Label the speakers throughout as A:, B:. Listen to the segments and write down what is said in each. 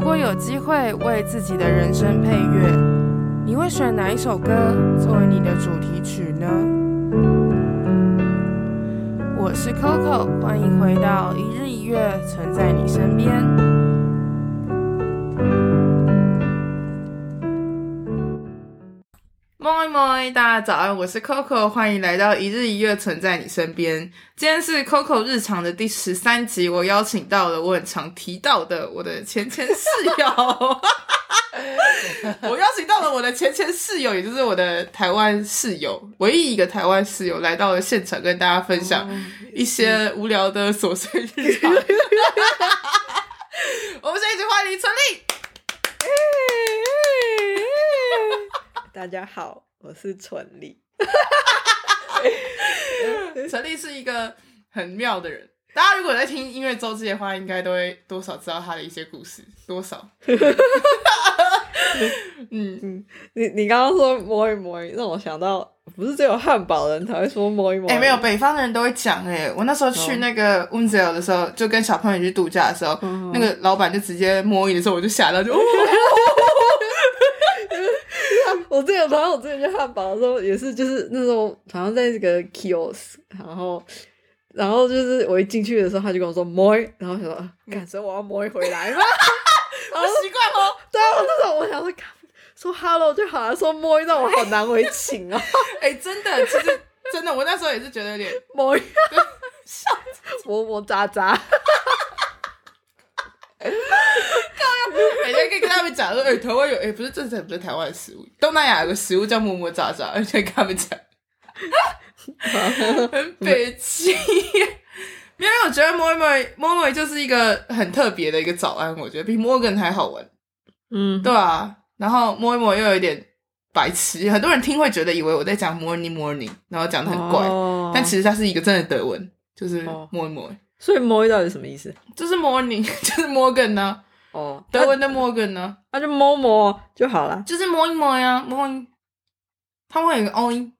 A: 果有机会为自己的人生配乐，你会选哪一首歌作为你的主题曲呢？我是 Coco，欢迎回到一日一月存在你身边。moi moi，大家早安，我是 Coco，欢迎来到一日一月存在你身边。今天是 Coco 日常的第十三集，我邀请到了我很常提到的我的前前室友，我邀请到了我的前前室友，也就是我的台湾室友，唯一一个台湾室友来到了现场，跟大家分享一些无聊的琐碎日常。我们先一起欢迎陈立。
B: 大家好，我是纯丽。
A: 陈立是一个很妙的人。大家如果在听音乐周记的话，应该都会多少知道他的一些故事，多少。嗯，
B: 你你刚刚说摸一摸，让我想到，不是只有汉堡人才会说摸一摸。
A: 哎、没有，北方人都会讲哎、我那时候去那个温泽 n 的时候，就跟小朋友去度假的时
B: 嗯
A: 候，那个老板就直接摸你的时候，我就吓到就，哦、
B: 我之前，然后我之前去汉堡的时候，也是就是那时候好像在这个 kiosk，然后然后就是我一进去的时候，他就跟我说摸一，然后想说，啊干、所以我要摸一回来吗？
A: 好奇怪哦。
B: 对啊，我那时候我想说，干说 hello 就好了，啊说摸一让我好难为情哦，
A: 哎、真的，其实真的，我那时候也是觉得有点
B: 摸 一， 磨磨喳喳。
A: 每天可以跟他们讲说，哎、台湾有，哎、不是，这才不是台湾的食物，东南亚有个食物叫么么喳喳，而且跟他们讲，很北气。 没有，因为我觉得 Moi Moi Moi Moi 就是一个很特别的一个早安，我觉得比 Morgan 还好玩，
B: 嗯，
A: 对啊。然后 Moi Moi 又有一点白痴，很多人听会觉得以为我在讲 Morning Morning，然后讲的很怪，
B: 哦
A: 但其实它是一个真的德文，就是
B: 哦
A: Moi Moi，
B: 所以摸一到底什么意思？
A: 就是 Morning，就是 Morgan 呢、
B: 哦，
A: 德文的 Morgan 呢、
B: 那就摸摸就好了。
A: 就是摸一摸呀，摸一，他会有一个哦音，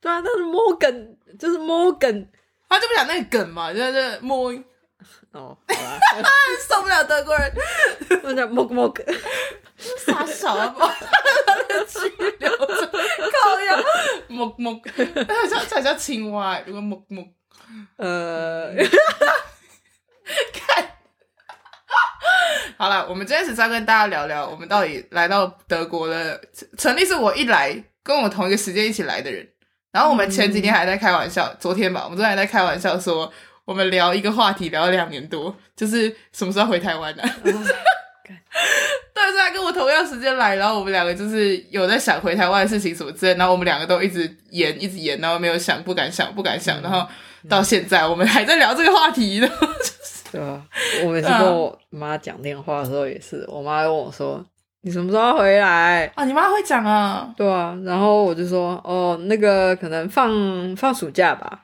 B: 对啊，但是 Morgan 就是 Morgan
A: 他啊就不讲那个梗嘛，就是摸一，
B: 哦，好啦，
A: 受不了德国人，
B: 那叫 Mog Mog，
A: 傻小啊，摸他的气流着，靠呀，摸摸，他像他像青蛙，如果摸摸，
B: 呃，
A: 好了，我们今天只是要跟大家聊聊，我们到底来到德国的，陈立是我一来跟我同一个时间一起来的人，然后我们前几天还在开玩笑，昨天吧，我们昨天还在开玩笑说。我们聊一个话题聊了两年多，就是什么时候回台湾呢、啊对，所以他跟我同样时间来，然后我们两个就是有在想回台湾的事情什么之类，然后我们两个都一直延，一直延，然后没有想，不敢想，不敢想，然后到现在我们还在聊这个话题呢。
B: 对啊，我每次跟我妈讲电话的时候也是，我妈会问我说：“你什么时候回来
A: 啊，你妈会讲啊？”？
B: 对啊，然后我就说：“哦，那个可能放放暑假吧。”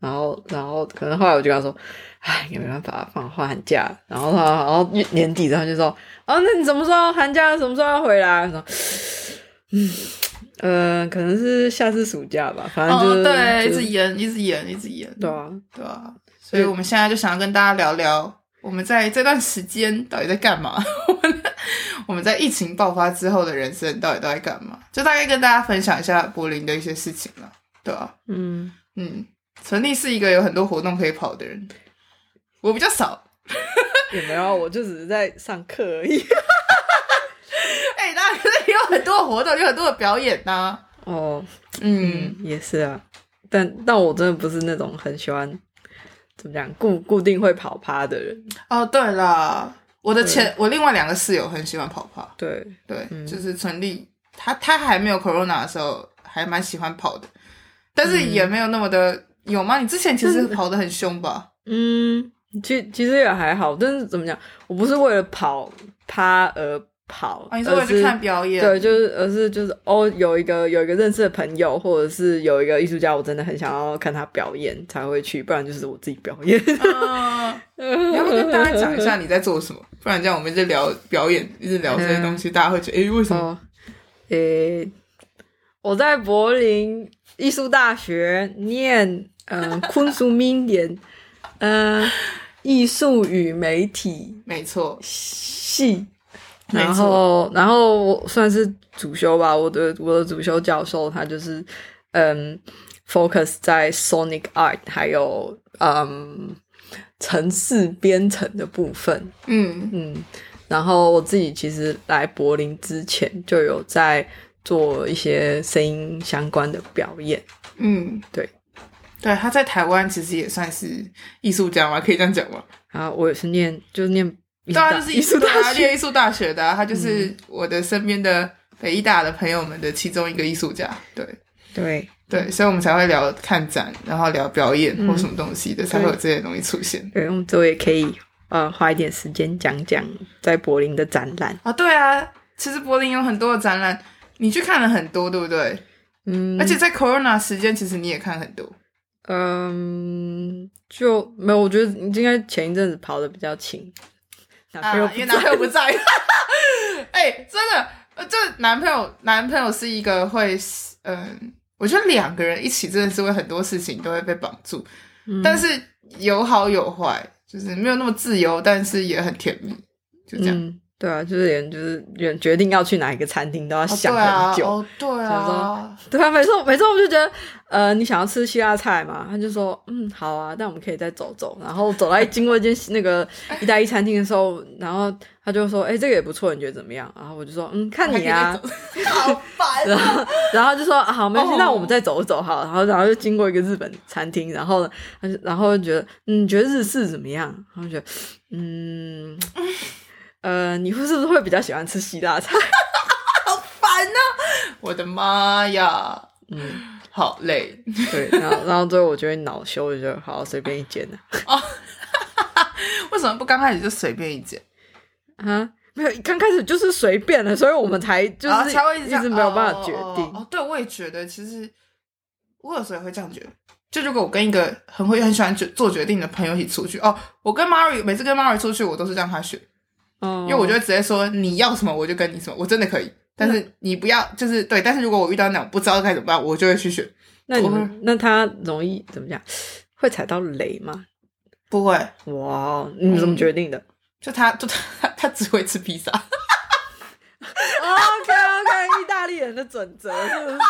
B: 然后，然后可能后来我就跟她说：“哎，也没办法，放寒假。”然后她，然后年底，然后就说：“哦，那你什么时候寒假？什么时候要回来？”我说：“嗯，呃，可能是下次暑假吧，反正就
A: 哦，
B: 是、
A: 对，一
B: 就
A: 直
B: 是
A: 延，一直延，一直延，
B: 对啊，
A: 对啊。所以我们现在就想要跟大家聊聊，我们在这段时间到底在干嘛？ 我们我们在疫情爆发之后的人生到底都在干嘛？就大概跟大家分享一下柏林的一些事情了，对啊。
B: 嗯，
A: 嗯，陈立是一个有很多活动可以跑的人，我比较少。
B: 也没有啊，我就只是在上课而已。
A: 哎、那 可是有很多活动，有很多的表演呐、
B: 哦，
A: 嗯
B: 嗯，，也是啊，但但我真的不是那种很喜欢怎么讲固固定会跑趴的人。
A: 哦，对啦，我的前我另外两个室友很喜欢跑趴，
B: 对，
A: 对，
B: 嗯
A: 就是陈立，他他还没有 corona 的时候，还蛮喜欢跑的，但是也没有那么的、有吗？你之前其实跑得很凶吧？
B: 嗯，其其实也还好，但是怎么讲，我不是为了跑趴而跑，
A: 啊，你是为了去看
B: 而是
A: 表演？
B: 对，就是而是就是哦，有一个有一个认识的朋友，或者是有一个艺术家，我真的很想要看他表演才会去，不然就是我自己表演。
A: 嗯，你要不要跟大家讲一下你在做什么？不然这样我们一直聊表演，一直聊这些东西，大家会觉得，哎、为什么？
B: 哦， 诶、我在柏林艺术大学念嗯 昆苏明典呃嗯艺术与媒体
A: 没错，
B: 系，
A: 没
B: 然
A: 错，
B: 后，然后我算是主修吧，我的我的主修教授他就是嗯，focus 在 sonic art 还有嗯城市编程的部分，
A: 嗯
B: 嗯，然后我自己其实来柏林之前就有在做一些声音相关的表演，
A: 嗯，
B: 对。
A: 对，他在台湾其实也算是艺术家嘛，可以这样讲吗？
B: 然后我也是念就是念艺
A: 对
B: 术
A: 啊，
B: 大
A: 就是
B: 艺术大
A: 大
B: 学，嗯
A: 念艺术大学的、啊，他就是我的身边的北医大的朋友们的其中一个艺术家。对
B: 对，
A: 对，所以我们才会聊看展，然后聊表演
B: 嗯
A: 或什么东西的，才会有这些东西出现。
B: 对，我们之后也可以呃花一点时间讲讲在柏林的展览。
A: 啊，对啊，其实柏林有很多的展览，你去看了很多，对不对？
B: 嗯，
A: 而且在 Corona 时间，其实你也看很多。
B: 嗯，就没有，我觉得你应该前一阵子跑的比较勤，男
A: 啊
B: 朋友，
A: 因为
B: 不在、
A: 男朋友不在。 哎、真的，呃，这男朋友，男朋友是一个会，嗯，我觉得两个人一起真的是会很多事情都会被绑住，
B: 嗯
A: 但是有好有坏，就是没有那么自由，但是也很甜蜜，就这样。
B: 嗯，对啊，就是连就是连决定要去哪一个餐厅都要
A: 哦
B: 想很久。
A: 对啊，
B: 想
A: 哦
B: 说，对啊，每次每次我们就觉得，呃，你想要吃希腊菜嘛？他就说，嗯，好啊，但我们可以再走走。然后走到一经过一间那个意大利餐厅的时候，然后他就说，哎、这个也不错，你觉得怎么样？然后我就说，嗯，
A: 哦
B: 看你啊。
A: 对啊，好 烦
B: 然后，然后就说啊好，没关系
A: 哦
B: 那我们再走走好了。然后，然后就经过一个日本餐厅，然后呢，他就然后就觉得，嗯，你觉得日式怎么样？然后就觉得，嗯，呃，你会是不是会比较喜欢吃希腊菜？
A: 烦呐、我的妈呀，
B: 嗯，
A: 好累。
B: 对。然后，然后最后我就会恼羞，我就觉得好随便一间啊的
A: 为什么不刚开始就随便一件？
B: 啊。没有，刚开始就是随便的，所以我们才就是、
A: 啊才会
B: 一
A: 这样
B: 直没有办法决
A: 哦
B: 定。
A: 哦哦哦对，我也觉得，其实我有时候也会这样觉得。就如果我跟一个很会很喜欢决做决定的朋友一起出去，哦，我跟 Mary 每次跟 Mary 出去，我都是让他选，
B: 哦
A: 因为我就会直接说你要什么我就跟你什么，我真的可以。但是你不要，就是对。但是如果我遇到那种不知道该怎么办，我就会去选。
B: 那你
A: 我
B: 们那他容易怎么讲？会踩到雷吗？
A: 不会，
B: 哇，你们怎么
A: 嗯
B: 决定的？
A: 就他，就他，他他只会吃披萨。
B: OK OK，意大利人的准则是不是不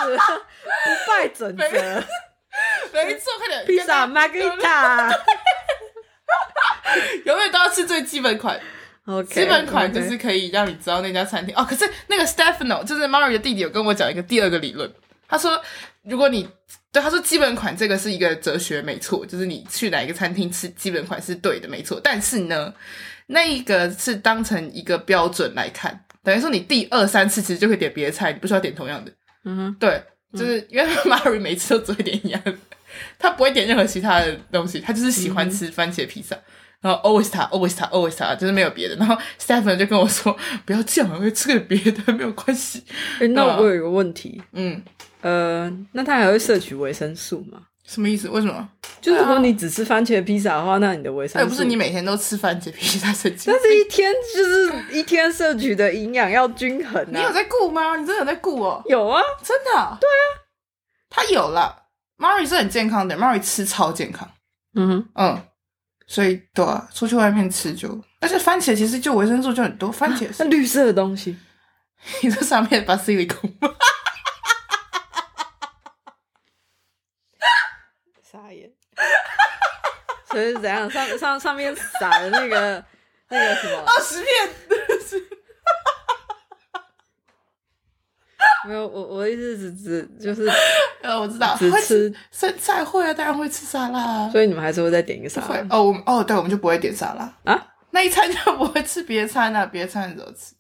B: 败准则？
A: 没错，快点，
B: 披萨、
A: 跟
B: 玛格丽塔。
A: 他永远都要吃最基本款。
B: OK，
A: 基本款就是可以让你知道那家餐厅哦。可是那个 Stefano 就是 Mario 的弟弟，有跟我讲一个第二个理论，他说如果你对他说基本款这个是一个哲学，没错，就是你去哪一个餐厅吃基本款是对的，没错。但是呢，那一个是当成一个标准来看，等于说你第二三次其实就可以点别的菜，你不需要点同样的。
B: 嗯哼，
A: 对，就是因为 Mario 每次都只会点一样的，他不会点任何其他的东西，他就是喜
B: 嗯
A: 欢吃番茄披萨。然后 always 他 always 他 always 他就是没有别的。然后 Stephen 就跟我说不要这样，会吃点别的没有关系。
B: 诶那
A: 嗯
B: 我有一个问题，
A: 嗯，
B: 呃，那他还会摄取维生素吗？
A: 什么意思？为什么？
B: 就是如果你只吃番茄披萨的话，那你的维生
A: 啊哎，
B: 素
A: 不是你，每天都吃番茄披萨神经啊
B: 但是一天就是一天摄取的营养要均衡
A: 你有
B: 啊。
A: 在顾吗？你真的有在顾哦？
B: 有啊，
A: 真的、对啊，他有了。Mario 是很健康的，Mario 吃超健康。
B: 嗯哼，
A: 嗯，所以对啊，出去外面吃就，而且番茄其实就维生素就很多，番茄是
B: 那绿色的东西，
A: 你在上面把 c i l i c o n
B: 傻眼。 所以是怎样？上上上面撒的那个那个什么？
A: 二十片，
B: 没有，我我的意思是指就是，
A: 呃， 我知道，
B: 只
A: 会
B: 吃
A: 生菜会啊，当然会吃沙拉啊，
B: 所以你们还是会再点一个沙
A: 会
B: 拉
A: 哦，我们哦，对，我们就不会点沙拉
B: 啊？
A: 那一餐就不会吃别的餐啊，别的餐怎么吃？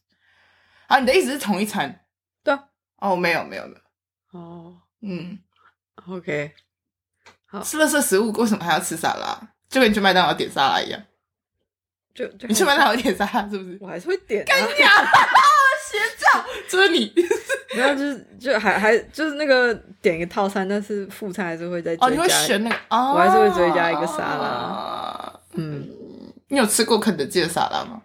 A: 啊，你的意思是同一餐？
B: 对啊
A: 哦，没有没有没有，
B: 哦
A: 嗯，
B: ，OK，
A: 吃垃圾食物为什么还要吃沙拉？就跟你去麦当劳点沙拉一样，
B: 就就
A: 你去麦当劳点沙拉是不是？
B: 我还是会点、啊，
A: 干呀，邪 教，就是你。
B: 然后就是就还还就是那个点一个套餐，但是副菜还是会再追加。
A: 哦，你会选那个哦，
B: 我还是会追加一个沙
A: 拉。
B: 嗯，
A: 你有吃过肯德基的沙拉吗？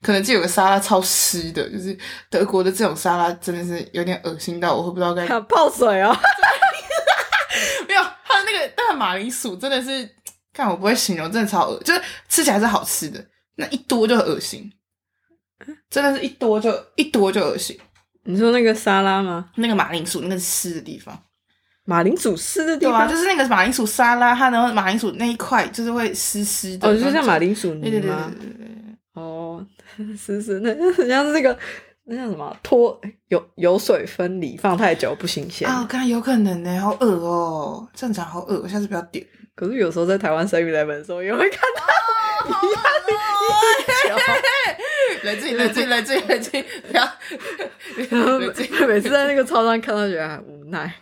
A: 肯德基有个沙拉超湿的，就是德国的这种沙拉真的是有点恶心到我，会不知道该
B: 还有泡水哦，
A: 没有它的那个那个马铃薯真的是，看我不会形容，真的超恶，就是吃起来是好吃的，那一多就很恶心。真的是一多就一多就恶心。
B: 你说那个沙拉吗？
A: 那个马铃薯，那个湿的地方，
B: 马铃薯丝的地
A: 对啊，
B: 方，
A: 就是那个马铃薯沙拉，它然后马铃薯那一块就是会湿湿的，
B: 哦，就像马铃薯
A: 对
B: 泥
A: 对对
B: 吗
A: 对？对对对，
B: 哦，是是，那 很像是那个那叫什么脱油油水分离，放太久不新鲜。
A: 啊，我看有可能呢、好恶哦、正常好恶，我下次不要点。
B: 可是有时候在台湾 Seven Eleven 的时候，也会看到
A: 冷静，冷静，冷静，冷静，不要冷 静。
B: 每次在那个超商看到，觉得很无奈。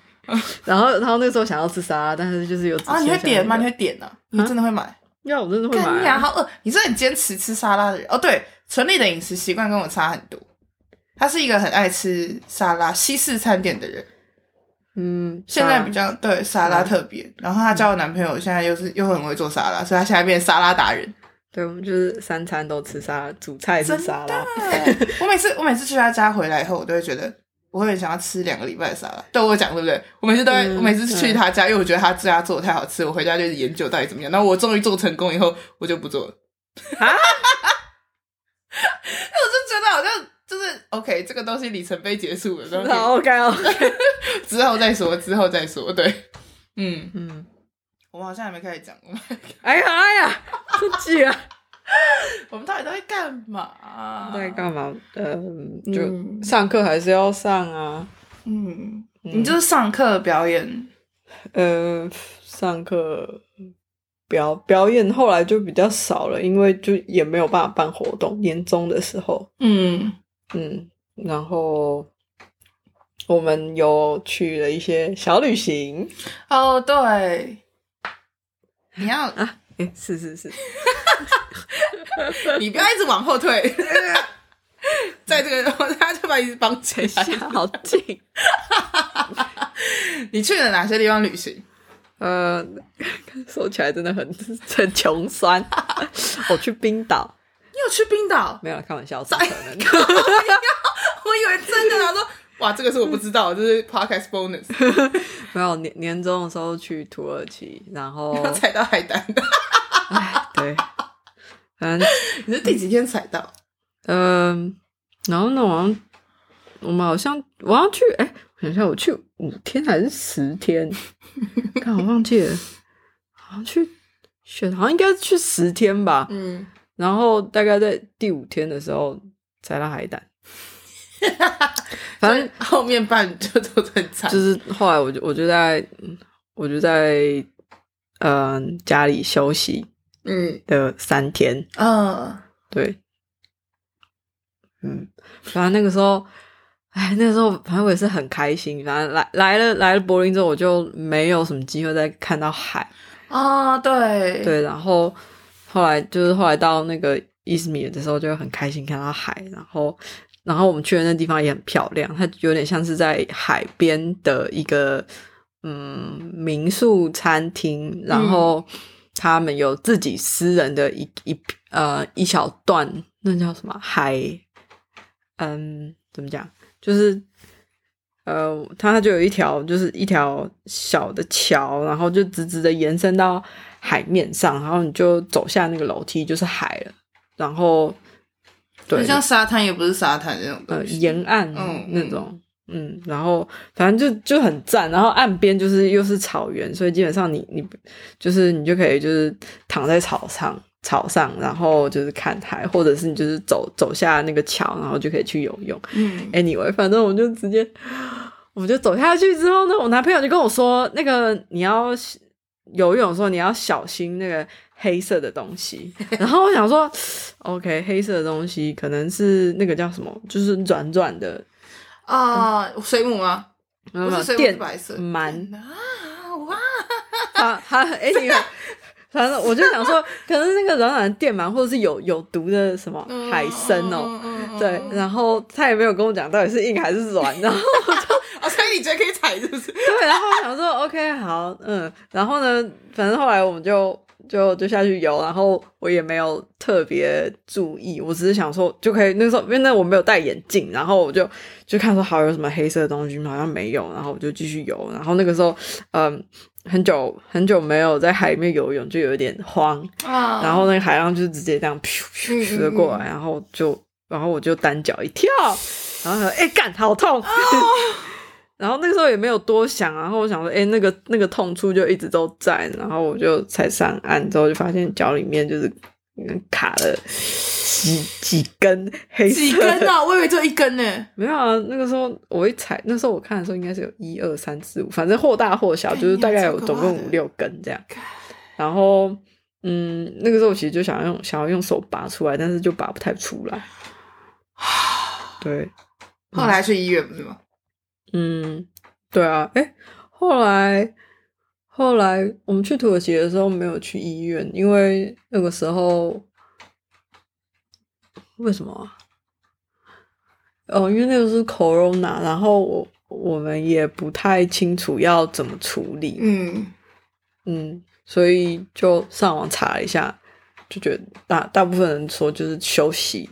B: 然后，然后那时候想要吃沙拉，但是就是有仔细
A: 啊，你会
B: 想
A: 点吗？
B: 那
A: 你
B: 个
A: 会点呢、
B: 啊
A: 你真的会买？
B: 要我真的会
A: 看你
B: 买
A: 俩
B: 啊。
A: 好饿，你是很坚持吃沙拉的人哦。对，陈丽的饮食习惯跟我差很多，他是一个很爱吃沙拉、西式餐点的人。
B: 嗯，
A: 现在
B: 沙拉
A: 比较对沙拉特别，然后她交的男朋友现在又是又很会做沙拉，所以她现在变沙拉达人。
B: 对，我们就是三餐都吃沙拉，主菜是
A: 真
B: 沙
A: 的
B: 拉。，
A: 我每次我每次去她家回来以后，我都会觉得我会很想要吃两个礼拜的沙拉。对我有讲对不对？我每次都会，
B: 嗯
A: 我每次去她家，因为我觉得她家做的太好吃，我回家就是研究到底怎么样。然后我终于做成功以后，我就不做了。
B: 啊，
A: 我就觉得好像就是 OK，这个东西里程碑结束了，然
B: 然
A: 后
B: 后 OK 哦，
A: 之后再说，之后再说。对，嗯，
B: 嗯，
A: 我们好像还没开始讲， 我们
B: 哎呀哎呀，生 气啊！
A: 我们到底都在干嘛？
B: 在干嘛？嗯，
A: 嗯
B: 就上课还是要上啊。
A: 嗯，你就是上课表演，
B: 呃，上课表表演后来就比较少了，因为就也没有办法办活动。年终的时候，
A: 嗯
B: 嗯，然后我们有去了一些小旅行。
A: 哦，对，你要，
B: 哎，是是 是，
A: 你不要一直往后 退，在这个 他就把你绑起来。
B: 好近。
A: 你去了哪些地方旅行？
B: 呃，说起来真的很 很穷酸。 我去冰岛，
A: 你有去冰岛？
B: 没有啦开玩笑，怎么可能？
A: 我以为真的，然后说哇，这个是我不知道，这是 podcast bonus，
B: 没有年年终的时候去土耳其，然 后
A: 然后踩到海胆的。
B: 唉对，反正
A: 你是第几天踩到？
B: 嗯、然后呢，我好像我们好像我好像去，哎、我想一下，我去五天还是十天？看我忘记了，好像去选，好像应该是去十天吧。
A: 嗯，
B: 然后大概在第五天的时候踩到海胆，反正
A: 后面半就都很惨
B: 就。是后来我就我就在我就在嗯、家里休息
A: 嗯
B: 的三天，
A: 嗯，
B: 对，嗯，反正那个时候，哎，那个时候反正我也是很开心。反正来来了来了柏林之后，我就没有什么机会再看到海。
A: 啊，对，
B: 对，然后后来就是后来到那个伊斯米尔的时候，就很开心看到海。然后，然后我们去的那地方也很漂亮，它有点像是在海边的一个嗯民宿餐厅，然后他们有自己私人的一一呃一小段，那叫什么海？嗯，怎么讲？就是呃，它就有一条，就是一条小的桥，然后就直直的延伸到海面上，然后你就走下那个楼梯就是海了。然后，对
A: 很，像沙滩，也不是沙滩那种
B: 呃，
A: 东西。
B: 沿岸
A: 嗯
B: 那种，嗯，然后反正就就很赞。然后岸边就是又是草原，所以基本上你你就是你就可以就是躺在草上草上，然后就是看海，或者是你就是走走下那个桥，然后就可以去游泳。
A: 嗯
B: Anyway，反正我就直接，我们就走下去之后呢，我男朋友就跟我说，那个你要游泳的时候你要小心那个黑色的东 西。然后我想说，OK，黑色的东西可能是那个叫什么，就是软软的，
A: 啊，水母吗？
B: 没有
A: 不
B: 没有
A: 是水母
B: 电
A: 是白色
B: 鳗，
A: 啊！哇，
B: 他他 Anyway。反正我就 想说，可能是那个软软的电鳗，或者是有有毒的什么海参哦、
A: 嗯，嗯嗯嗯
B: 对，然后他也没有跟我讲到底是硬还是软，然后
A: 哦，所以你觉得可以踩，是不是？
B: 对，然后我想说 OK 好，嗯，然后呢，反正后来我们就就就下去游，然后我也没有特别注意，我只是想说就可以那时候因为那我没有戴眼镜，然后我就就看说好有什么黑色的东西吗好像没有，然后我就继续游，然后那个时候嗯很久很久没有在海里面游泳，就有一点慌，
A: 啊嗯
B: 然后那个海浪就是直接这样咻咻咻的过来，然后就然后我就单脚一跳，然后想哎干、好
A: 哦
B: 痛， 然后那个时候也没有多想，然后我想说哎、那个那个痛处就一直都在，然后我就才上岸之后就发现脚里面就是嗯卡了几几根黑色
A: 几根啊？我以为就一根呢。
B: 没有啊，那个时候我一踩，那时候我看的时候应该是有一二三四五，反正或大或小，
A: 干
B: 就是大概
A: 你
B: 有
A: 好
B: 总
A: 可怕
B: 共
A: 的
B: 五六根这样
A: 干。
B: 然后，嗯，那个时候我其实就想用想要用手拔出来，但是就拔不太出 来。对，
A: 后来去医院不是吗？
B: 嗯，对啊，哎，后来后来我们去土耳其的时候没有去医院，因为那个时候为什么啊？哦，因为那个是 corona，然后我我们也不太清楚要怎么处理，
A: 嗯，
B: 嗯，所以就上网查了一下，就觉得大大部分人说就是休息，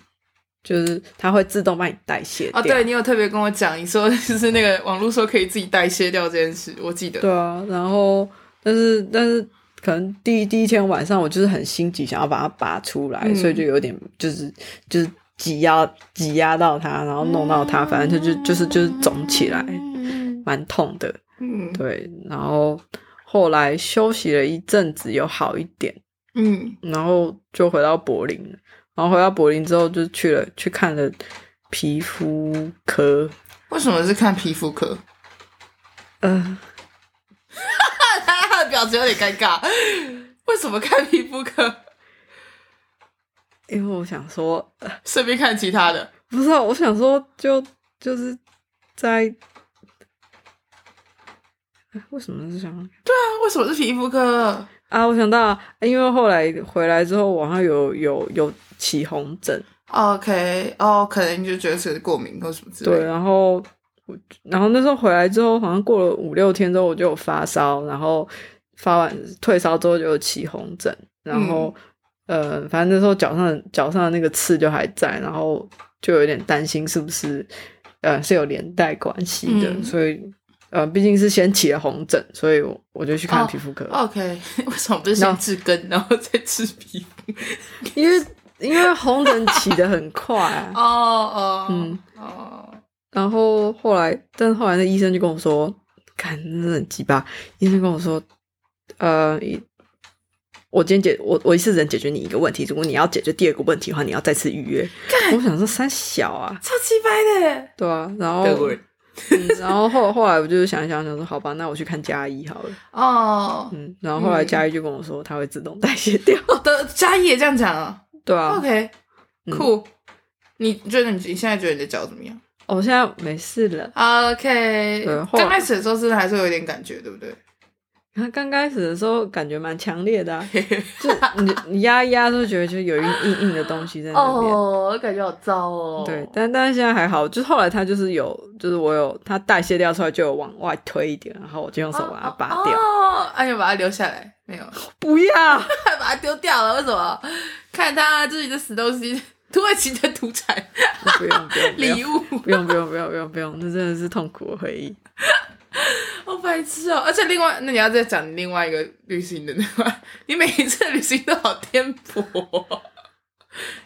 B: 就是它会自动帮你代谢
A: 哦，
B: 掉
A: 对你有特别跟我讲，你说就是那个网络说可以自己代谢掉这件事，我记得。
B: 对啊，然后但是但是可能第一第一天晚上我就是很心急，想要把它拔出来，
A: 嗯
B: 所以就有点就是就是挤压挤压到它，然后弄到它，反正它就就是就是肿起来，
A: 嗯
B: 蛮痛的。
A: 嗯
B: 对，然后后来休息了一阵子，有好一点，
A: 嗯，
B: 然后就回到柏林了。然后回到柏林之后，就去了去看了皮肤科，
A: 为什么是看皮肤科？
B: 呃，
A: 他他的表情有点尴尬，为什么看皮肤科？
B: 因为我想说，
A: 顺便看其他的。
B: 不是啊，我想说就就是在，哎为什么是想
A: 啊为什么是皮肤科？
B: 啊？我想到啊，因为后来回来之后，我好像有有有起红疹，
A: OK，哦，可能你就觉得是过敏或什么之类
B: 对，啊
A: 的。
B: 然后我然后那时候回来之后，好像过了五六天之后，我就有发烧，然后发完退烧之后就有起红疹，然后、呃，反正那时候脚上的脚上的那个刺就还在，然后就有点担心是不是呃是有连带关系的，
A: 嗯
B: 所以呃毕竟是先起了红疹，所以我我就去看
A: 哦
B: 皮肤科，
A: OK，为 什么不是先治根，然后再治皮肤？，
B: 因为因为红疹起得很快、啊
A: 哦哦，
B: 嗯
A: 哦，
B: 然后后来，但后来那医生就跟我说，看真的很鸡巴。医生跟我说，呃，一我今天解我我一次只能解决你一个问题，如果你要解决第二个问题的话，你要再次预约。我想说三小啊，
A: 超级白的
B: 对啊，然后
A: 德国人
B: 嗯然后后后来我就是想一想想说，好吧，那我去看加一好了。
A: 哦。
B: 嗯，然后后来
A: 嗯
B: 加一就跟我说，它会自动 代谢掉。
A: 哦，德嘉义也这样讲啊。
B: 对啊
A: OK，
B: 嗯
A: 酷。你觉得你你现在觉得你的脚怎么样
B: 哦我现在没事了。
A: ？OK，
B: 对后来
A: 刚开始的时候真的还是会有点感觉，对不对？
B: 然后刚开始的时候感觉蛮强烈的、啊，就你你压一压都觉得就有一硬硬的东西
A: 嗯
B: 在那
A: 哦
B: 边。，
A: 感觉好糟哦
B: 对，但但是现在还好，就是后来它就是有，就是我有它代谢掉出来就有往外推一点，然后我就用手把它拔掉。
A: 哦，哎、你把它留下来没 有？
B: 不要，
A: 把它丢掉了，为什么？看它这里的死东西，土耳其的土产
B: 不用不用不
A: 礼
B: 用
A: 物，
B: 不用不用不用不用不用，那真的是痛苦的回忆。
A: 好白痴哦！而且另外，那你要再讲另外一个旅行的那个， 你每一次旅行都好颠簸哦、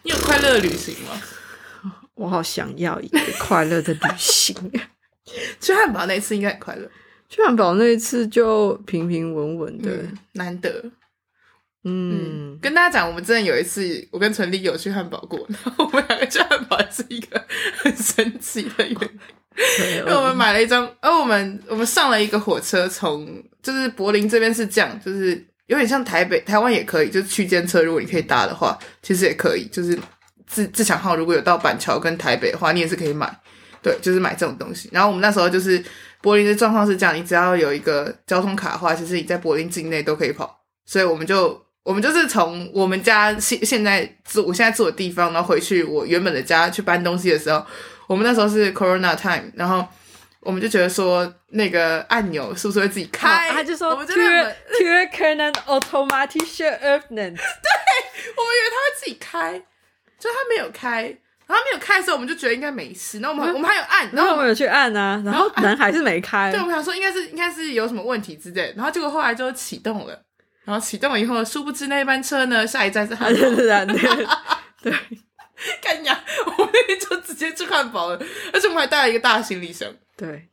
A: 你有快乐的旅行吗？
B: 我好想要一个快乐的旅行。
A: 去汉堡那次应该很快乐，
B: 去汉堡那一次就平平稳稳的，
A: 嗯，难得。
B: 嗯
A: 嗯，，跟大家讲，我们真的有一次，我跟陈丽有去汉堡过，然后我们两个去汉堡是一个很神奇的原因。
B: 对
A: 因为我们买了一张，而我们我们上了一个火车从，就是柏林这边是这样，就是有点像台北、台湾也可以，就是区间车，如果你可以搭的话，其实也可以，就是自自强号如果有到板桥跟台北的话，你也是可以买，对，就是买这种东西。然后我们那时候就是柏林的状况是这样，你只要有一个交通卡的话，其实你在柏林境内都可以跑，所以我们就。我们就是从我们家现现在住我现在住的地方，然后回去我原本的家去搬东西的时候，我们那时候是 Corona time，然后我们就觉得说那个按钮是不是会自己开？
B: 哦他就
A: 我
B: 说
A: 们
B: t
A: 就
B: u
A: 在
B: r
A: 门
B: t u r k e n a n automatische öffnen，
A: 我们以为他会自己开，就他没有开，然后他没有开的时候，我们就觉得应该没事。然后我们、
B: 嗯
A: 我们还有按，然
B: 然
A: 后
B: 后
A: 我
B: 我们
A: 们
B: 有去按啊，然后门还是没开
A: 对，我们想说应该是应该是有什么问题之类的，然后结果后来就启动了。然后启动了以后，殊 不知那班车呢，下一站是汉
B: 啊，
A: 堡。
B: 对对对对，
A: 干娘，我们以就直接吃汉堡了。而且我们还带了一个大行李箱，
B: 对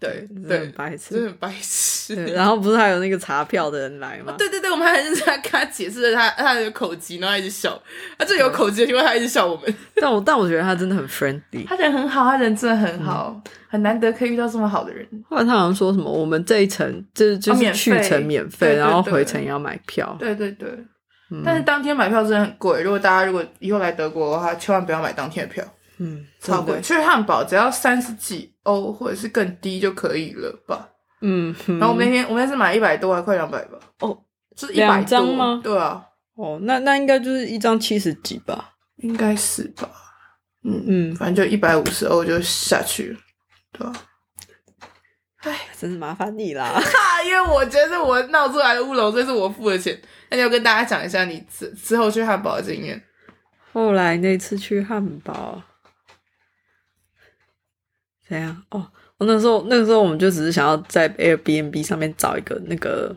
A: 对
B: 真的很
A: 对，
B: 白
A: 真的
B: 痴。
A: 很白痴。哦
B: 对 然后不是还有那个查票的人来吗？
A: 对对对，我们还是在跟他解释了他他的口疾，然后他一直笑，他就有口疾，因为他一直笑我们。
B: 但我但我觉得他真的很 friendly。
A: 他人很好，他人真的很好，很难得可以遇到这么好的人。
B: 后来他好像说什么，我们这一层就是就
A: 啊
B: 是
A: 免
B: 去
A: 费
B: 程免费，
A: 对对
B: 然后
A: 对
B: 回程也要买票。
A: 对对对，
B: 嗯
A: 但是当天买票真的很贵。如果大家如果以后来德国的话，千万不要买当天的票，
B: 嗯，
A: 超
B: 真的
A: 贵。去汉堡只要三十几欧或者是更低就可以了吧？
B: 嗯，然
A: 然后我们那天我们那次买一百多，还快两百吧？
B: 哦，
A: 是一百
B: 两张吗
A: 对啊，
B: 哦，那那应该就是一张七十几吧。
A: 应该是吧？嗯，
B: 嗯，
A: 反正就一百五十欧就下去了，对啊。
B: 真是麻烦你啦。
A: 啊，因为我觉得我闹出来的乌龙，所以是我付的钱。那你要跟大家讲一下你之之后去汉堡的经验。
B: 后来那次去汉堡，怎样？哦，我那时候那个时候我们就只是想要在 Airbnb 上面找一个那个，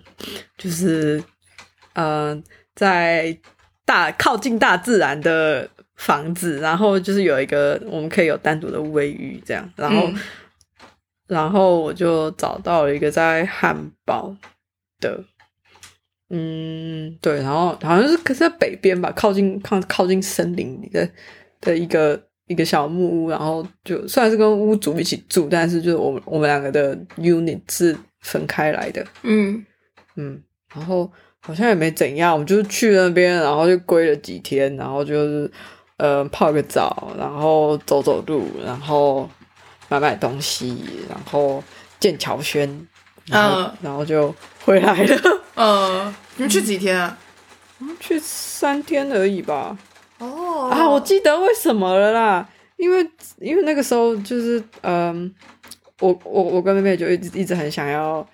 B: 就是呃，在大靠近大自然的房子，然后就是有一个我们可以有单独的卫浴这样，然后、
A: 嗯
B: 然后我就找到了一个在汉堡的，嗯，对，然后好像是可是在北边吧，靠近靠靠近森林里的的一个一个小木屋，然后就虽然是跟屋主一起住，但是就是我们我们两个的 unit 是分开来的，
A: 嗯，
B: 嗯，然后好像也没怎样，我们就是去那边，然后就归了几天，然后就是呃泡个澡，然后走走路，然后买买东西，然后见乔轩，然后、
A: 嗯
B: 然后就回来了，
A: 呃，你们去几天啊？
B: 去三天而已吧。
A: 哦
B: 啊，我记得为什么了啦，因为因为那个时候就是嗯、我我我跟妹妹就一直一直很想要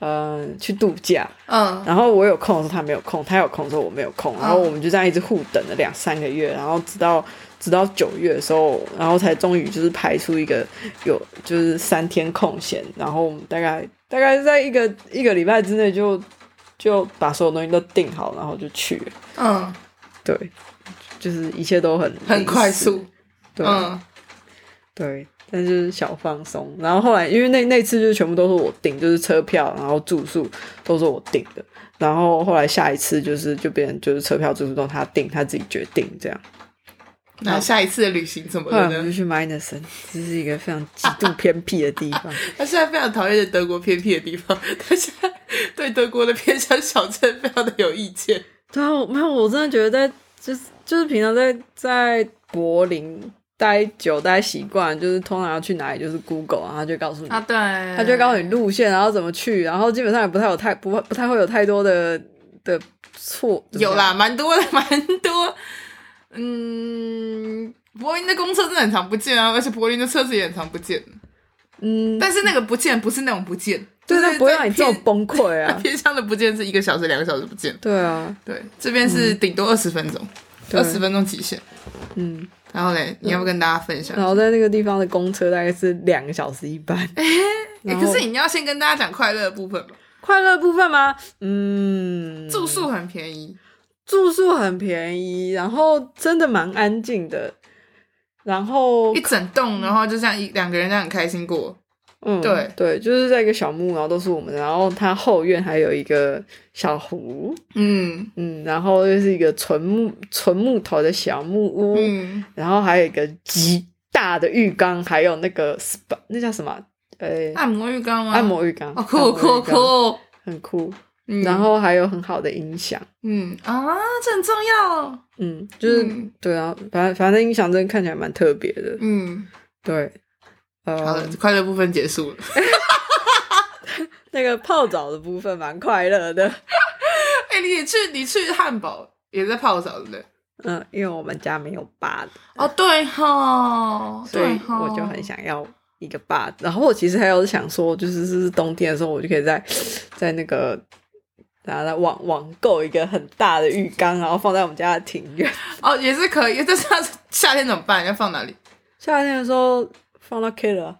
B: 嗯、去度假。
A: 嗯
B: 然后我有空的时候他没有空，他有空的时候我没有空，然后我们就这样一直互等了两三个月，然后直到直到九月的时候，然后才终于就是排出一个有就是三天空闲，然后我们大概大概在一个一个礼拜之内就就把所有东西都定好，然后就去了，
A: 嗯，
B: 对，就是一切都很
A: 很快
B: 临时，
A: 速，
B: 对、
A: 嗯
B: 对。但是小放松，然后后来因为那那次就是全部都是我订，就是车票，然后住宿都是我订的。然后后来下一次就是就变成就是车票住宿都他订，他自己决定这样。
A: 那下一次的旅行怎么
B: 后来
A: 了
B: 我
A: 呢？
B: 们就去 Minesen，这是一个非常极 度偏僻的地方。
A: 他现在非常讨厌的德国偏僻的地方， 他现在对德国的偏乡小镇非常的有意见。
B: 对啊，我没有，我真的觉得在就是就是平常在在柏林待久待习惯，就是通常要去哪里就是 Google，然后他就告诉你，
A: 对，
B: 他
A: 他
B: 就会告诉你路线，然后怎么去，然后基本上也不太有太不不太会有太多的的错。怎么
A: 有
B: 样
A: 啦，蛮多的， 蛮多。嗯，柏林的公车真的很常不见啊，而且柏林的车子也很常不见。
B: 嗯，
A: 但是那个不见不是那种不见，
B: 对，
A: 就是
B: 但不会让你这么
A: 偏
B: 崩溃啊。
A: 偏向的不见是一个小时、两个小时不见。
B: 对啊，
A: 对，这边是顶多二十分钟，
B: 对
A: 二十分钟极限。
B: 嗯。
A: 然后嘞，你要不要跟大家分享？
B: 然后在那个地方的公车大概是两个小时一班。
A: 哎、
B: 然后
A: 可是你要先跟大家讲快乐的部分吧。
B: 快乐部分吗？嗯，
A: 住宿很便宜，
B: 住宿很便宜，然后真的蛮安静的，然后
A: 一整栋，然后就这样一两个人这样很开心过。
B: 嗯，
A: 对
B: 对，就是在一个小木屋，然后都是我们的，然后它后院还有一个小湖，
A: 嗯
B: 嗯，然后就是一个纯木纯木头的小木屋，
A: 嗯，
B: 然后还有一个极大的浴缸，还有那个 SPA 那叫什么？呃，
A: 按摩浴缸吗？
B: 按摩浴缸，
A: 啊哦，
B: 按
A: 酷
B: 摩
A: 酷
B: 浴缸
A: 酷。
B: 很酷。
A: 嗯
B: 然后还有很好的音响，
A: 嗯啊，这很重要。
B: 嗯，就是、
A: 嗯
B: 对啊，反正反正音响真的看起来蛮特别的，
A: 嗯，
B: 对，
A: 好
B: 呃
A: 了，，快乐部分结束了。
B: 那个泡澡的部分蛮快乐的，
A: 哎、你也去，你去汉堡也在泡澡，对不对？
B: 嗯，因为我们家没有吧，
A: 哦，对哈，
B: 所以
A: 对哈
B: 我就很想要一个吧。然后我其实还有想说，就是是不是冬天的时候，我就可以在在那个。然后来网网购一个很大的浴缸，然后放在我们家的庭院。
A: 哦，也是可以，但 是它夏天怎么办？要放哪里？
B: 夏天的时候放到 K 了，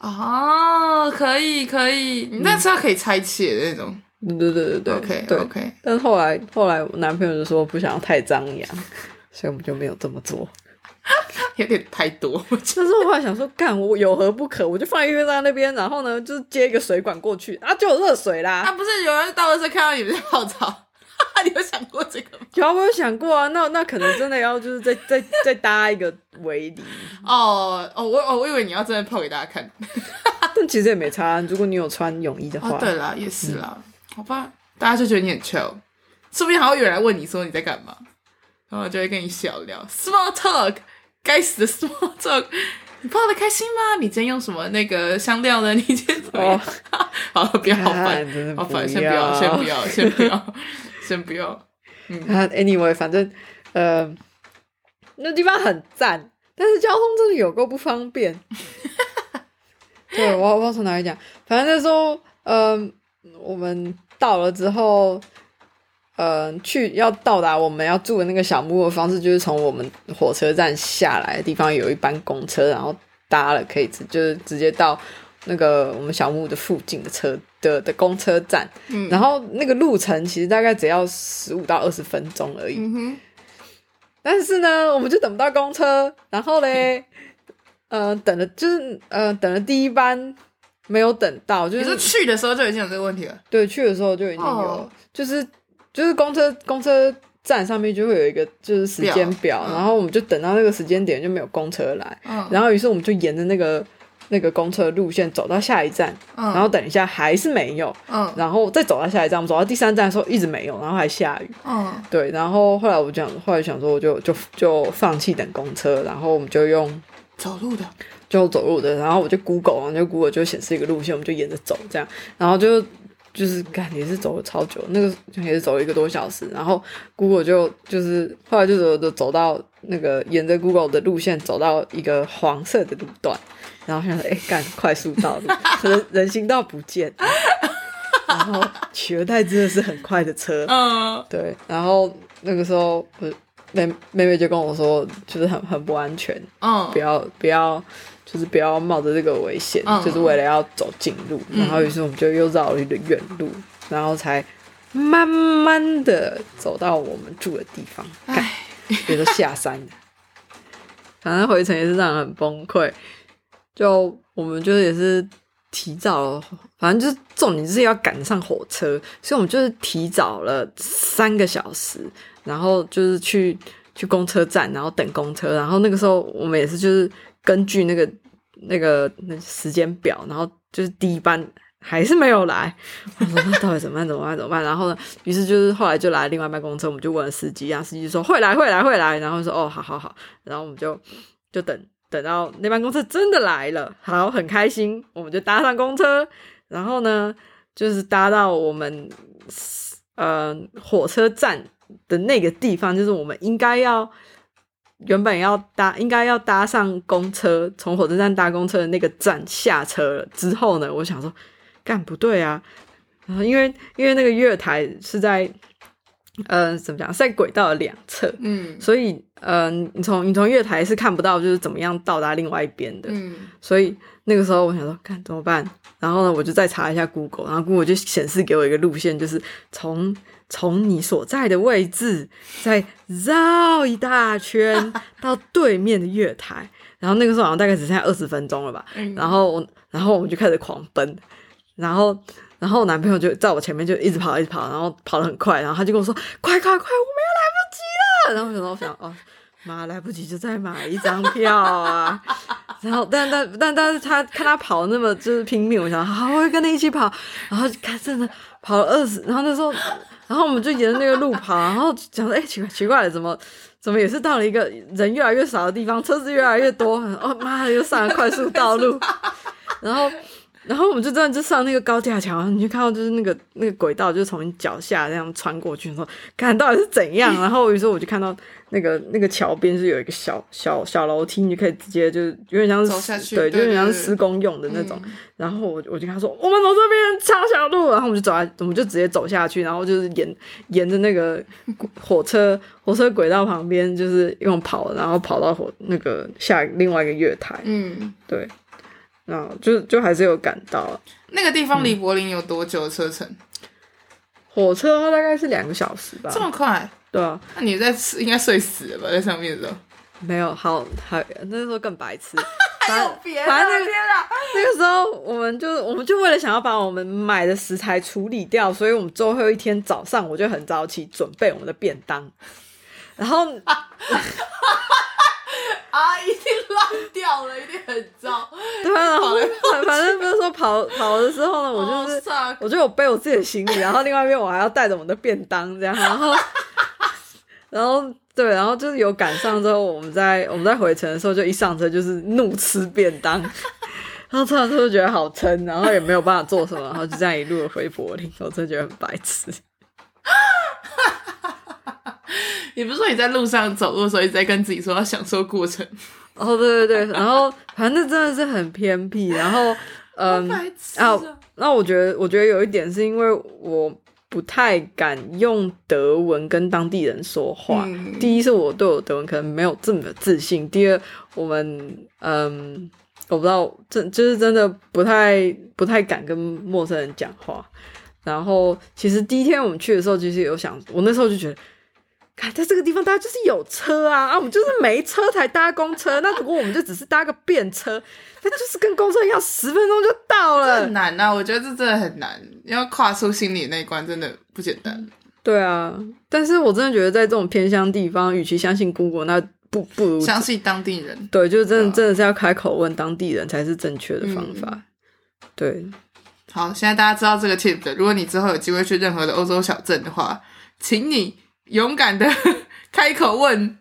A: 哦，可以可以，你那车可以拆卸的那种。
B: 对对对嗯对对
A: OK
B: 对
A: OK，
B: 但是后来后来我男朋友就说不想要太张扬，所以我们就没有这么做。
A: 有点太多，我觉
B: 但是我后来想说，干我有何不可？我就放一个在那边，然后呢，就是接一个水管过去啊，就有热水
A: 得。
B: 啦。
A: 啊，不是有人到的时候看到你们在泡澡， 你有想过这个吗？
B: 有啊，我有想过啊，那那可能真的要就是再 再再搭一个围篱，
A: 哦哦，我哦，我以为你要真的泡给大家看。
B: 但其实也没差。啊如果你有穿泳衣的话，
A: 啊哦，对啦，也是啦，好吧，大家就觉得你很 chill，说不定还会有人来问你说你在干嘛，然后就会跟你小聊 small talk，该死的 small talk，你泡的开心吗？你今天用什么那个香料呢？你今天怎么样？ 好了，不要，好烦，
B: 干真的
A: 好烦，
B: 不
A: 先不要，
B: 要
A: 先不要，先不要，先不要。
B: 啊，anyway，反正呃，那地方很赞，但是交通真的有够不方便。对，我我不知道从哪里讲，反正那时候，嗯、我们到了之后，嗯、去要到达我们要住的那个小木屋的方式，就是从我们火车站下来的地方有一班公车，然后搭了可以直就是直接到那个我们小木屋的附近的车的的公车站，
A: 嗯
B: 然后那个路程其实大概只要十五到二十分钟而已，
A: 嗯哼，
B: 但是呢，我们就等不到公车，然 后嘞，呃，等了就是呃，等了第一班没有等到，就
A: 你说
B: 是
A: 去的时候就已经有这个问题了，
B: 对去的时候就已经有了，
A: 哦
B: 就是就是公车公车站上面就会有一个就是时间表，
A: 表嗯
B: 然后我们就等到那个时间点就没有公车来，
A: 嗯，
B: 然后于是我们就沿着那个那个公车的路线走到下一站，
A: 嗯，
B: 然后等一下还是没有，
A: 嗯
B: 然后再走到下一站，我们走到第三站的时候一直没有，然后还下雨。
A: 嗯
B: 对，然后后来我就想，后来想说我就就就放弃等公车，然后我们就用
A: 走路的，
B: 就走路的，然后我就 Google，然后就 Google 就显示一个路线，我们就沿着走这样，然后就就是干也是走了超久，那个也是走了一个多小时，然后 Google 就就是后来就走走走到那个沿着 Google 的路线走到一个黄色的路段，然后想说哎干快速道路，人人行道不见， 然后取而代之的是很快的车，
A: 嗯，
B: 对，然后那个时候我妹妹妹就跟我说，就是很很不安全，
A: 嗯
B: 不，要不要，就是不要冒着这个危险，
A: 嗯
B: 就是为了要走近路。然后于是我们就又绕了一个远路，然后才慢慢的走到我们住的地方，干，也都下山了。反正回程也是让人很崩溃，就我们就是也是提早了，反正就是重点就是要赶上火车，所以我们就是提早了三个小时，然后就是去去公车站，然后等公车，然后那个时候我们也是就是根据那个那个那时间表，然后就是第一班。还是没有来，我说那到底怎么办？怎么办？怎么办？然后呢？于是就是后来就来另外一班公车，我们就问了司机，然啊后司机就说会来，会来，会来。然后说哦，好好好。然后我们就就等等到那班公车真的来了，好，很开心，我们就搭上公车，然后呢，就是搭到我们呃火车站的那个地方，就是我们应该要原本要搭，应该要搭上公车，从火车站搭公车的那个站下车了之后呢，我想说，干不对啊，然后因为因为那个月台是在。呃，怎么讲？是在轨道的两侧，
A: 嗯
B: 所以，呃，你从你从月台是看不到，就是怎么样到达另外一边的。
A: 嗯，
B: 所以那个时候我想说，看怎么办？然后呢，我就再查一下 Google，然后 Google 就显示给我一个路线，就是从从你所在的位置再绕一大圈到对面的月台。然后那个时候好像大概只剩下二十分钟了吧。
A: 嗯
B: 然后我，然后我们就开始狂奔，然后。然后我男朋友就在我前面就一直跑，一直跑，然后跑得很快，然后他就跟我说：“快快快，我们要来不及了！”然后我想说，我想哦，妈来不及就再买一张票啊！ 然后，但但但但是他看他跑那么就是拼命，我想好，我会跟他一起跑。然后看真的跑了二十，然后那时候，然后我们就沿着那个路跑，然后讲说，哎、奇怪奇怪了，怎么怎么也是到了一个人越来越少的地方，车子越来越多，哦妈的，又上了快速道路， 然后。然后我们就真的就上那个高架桥，然后你就看到就是那个那个轨道，就是从你脚下这样穿过去，然后看到底是怎样。 然后于是我就看到那个那个桥边是有一个小小小楼梯，你就可以直接就是有点像是
A: 走下去
B: 对，就
A: 对
B: 有点像是
A: 对对嗯
B: 施工用的那种。然后我就我就跟他说，我们走这边插小路，然后我们就走下，我们就直接走下去，然后就是沿沿着那个火车火车轨道旁边，就是用跑，然后跑到火那个下另外一个月台，
A: 嗯，
B: 对，然后就就还是有赶到
A: 那个地方离柏林有多久的车程？
B: 火车的话大概是两个小时吧
A: 这，么快？
B: 对啊，
A: 那你在应该睡死了吧，在上面的时候。
B: 没有，好好，那时候更白痴。
A: 还
B: 反
A: 有
B: 正
A: 别的，
B: 反正那个
A: 天啊！
B: 那个时候，我们就我们就为了想要把我们买的食材处理掉，所以我们最后一天早上我就很早起准备我们的便当，然后
A: 啊，一定烂掉了，一定很糟。
B: 对啊，然后反反正不是说跑跑的时候呢，我就是、
A: 上
B: 我就有背我自己的行李，然后另外一边我还要带着我们的便当这样，然后然后对，然后就是有赶上之后，我们在我们在回程的时候就一上车就是怒吃便当，然后吃完之后就觉得好撑，然后也没有办法做什么，然后就这样一路回柏林，我真的觉得很白痴。
A: 你不是说你在路上走路的时候一直在跟自己说要享受过程？
B: 哦，对对对，然后反正真的是很偏僻，然后嗯。
A: 好白痴
B: 啊
A: 啊！
B: 那我觉得，我觉得有一点是因为我不太敢用德文跟当地人说话。
A: 嗯
B: 第一是我对我德文可能没有这么有自信。第二，我们嗯，我不知道，真就是真的不太不太敢跟陌生人讲话。然后，其实第一天我们去的时候，其实有想，我那时候就觉得。看，在这个地方，大家就是有车啊，啊，我们就是没车才搭公车。那如果我们就只是搭个便车，那就是跟公车一样，十分钟就到
A: 这
B: 了
A: 很。难啊，我觉得这真的很难，要跨出心理那一关真的不简单。
B: 对啊，但是我真的觉得在这种偏乡地方，与其相信 Google，那不不如
A: 相信当地人，
B: 对，就真
A: 对啊
B: 的
A: 嗯
B: 真的是要开口问当地人才是正确的方法。对，
A: 好，现在大家知道这个 tip 的。如果你之后有机会去任何的欧洲小镇的话，请你勇敢的 开口问。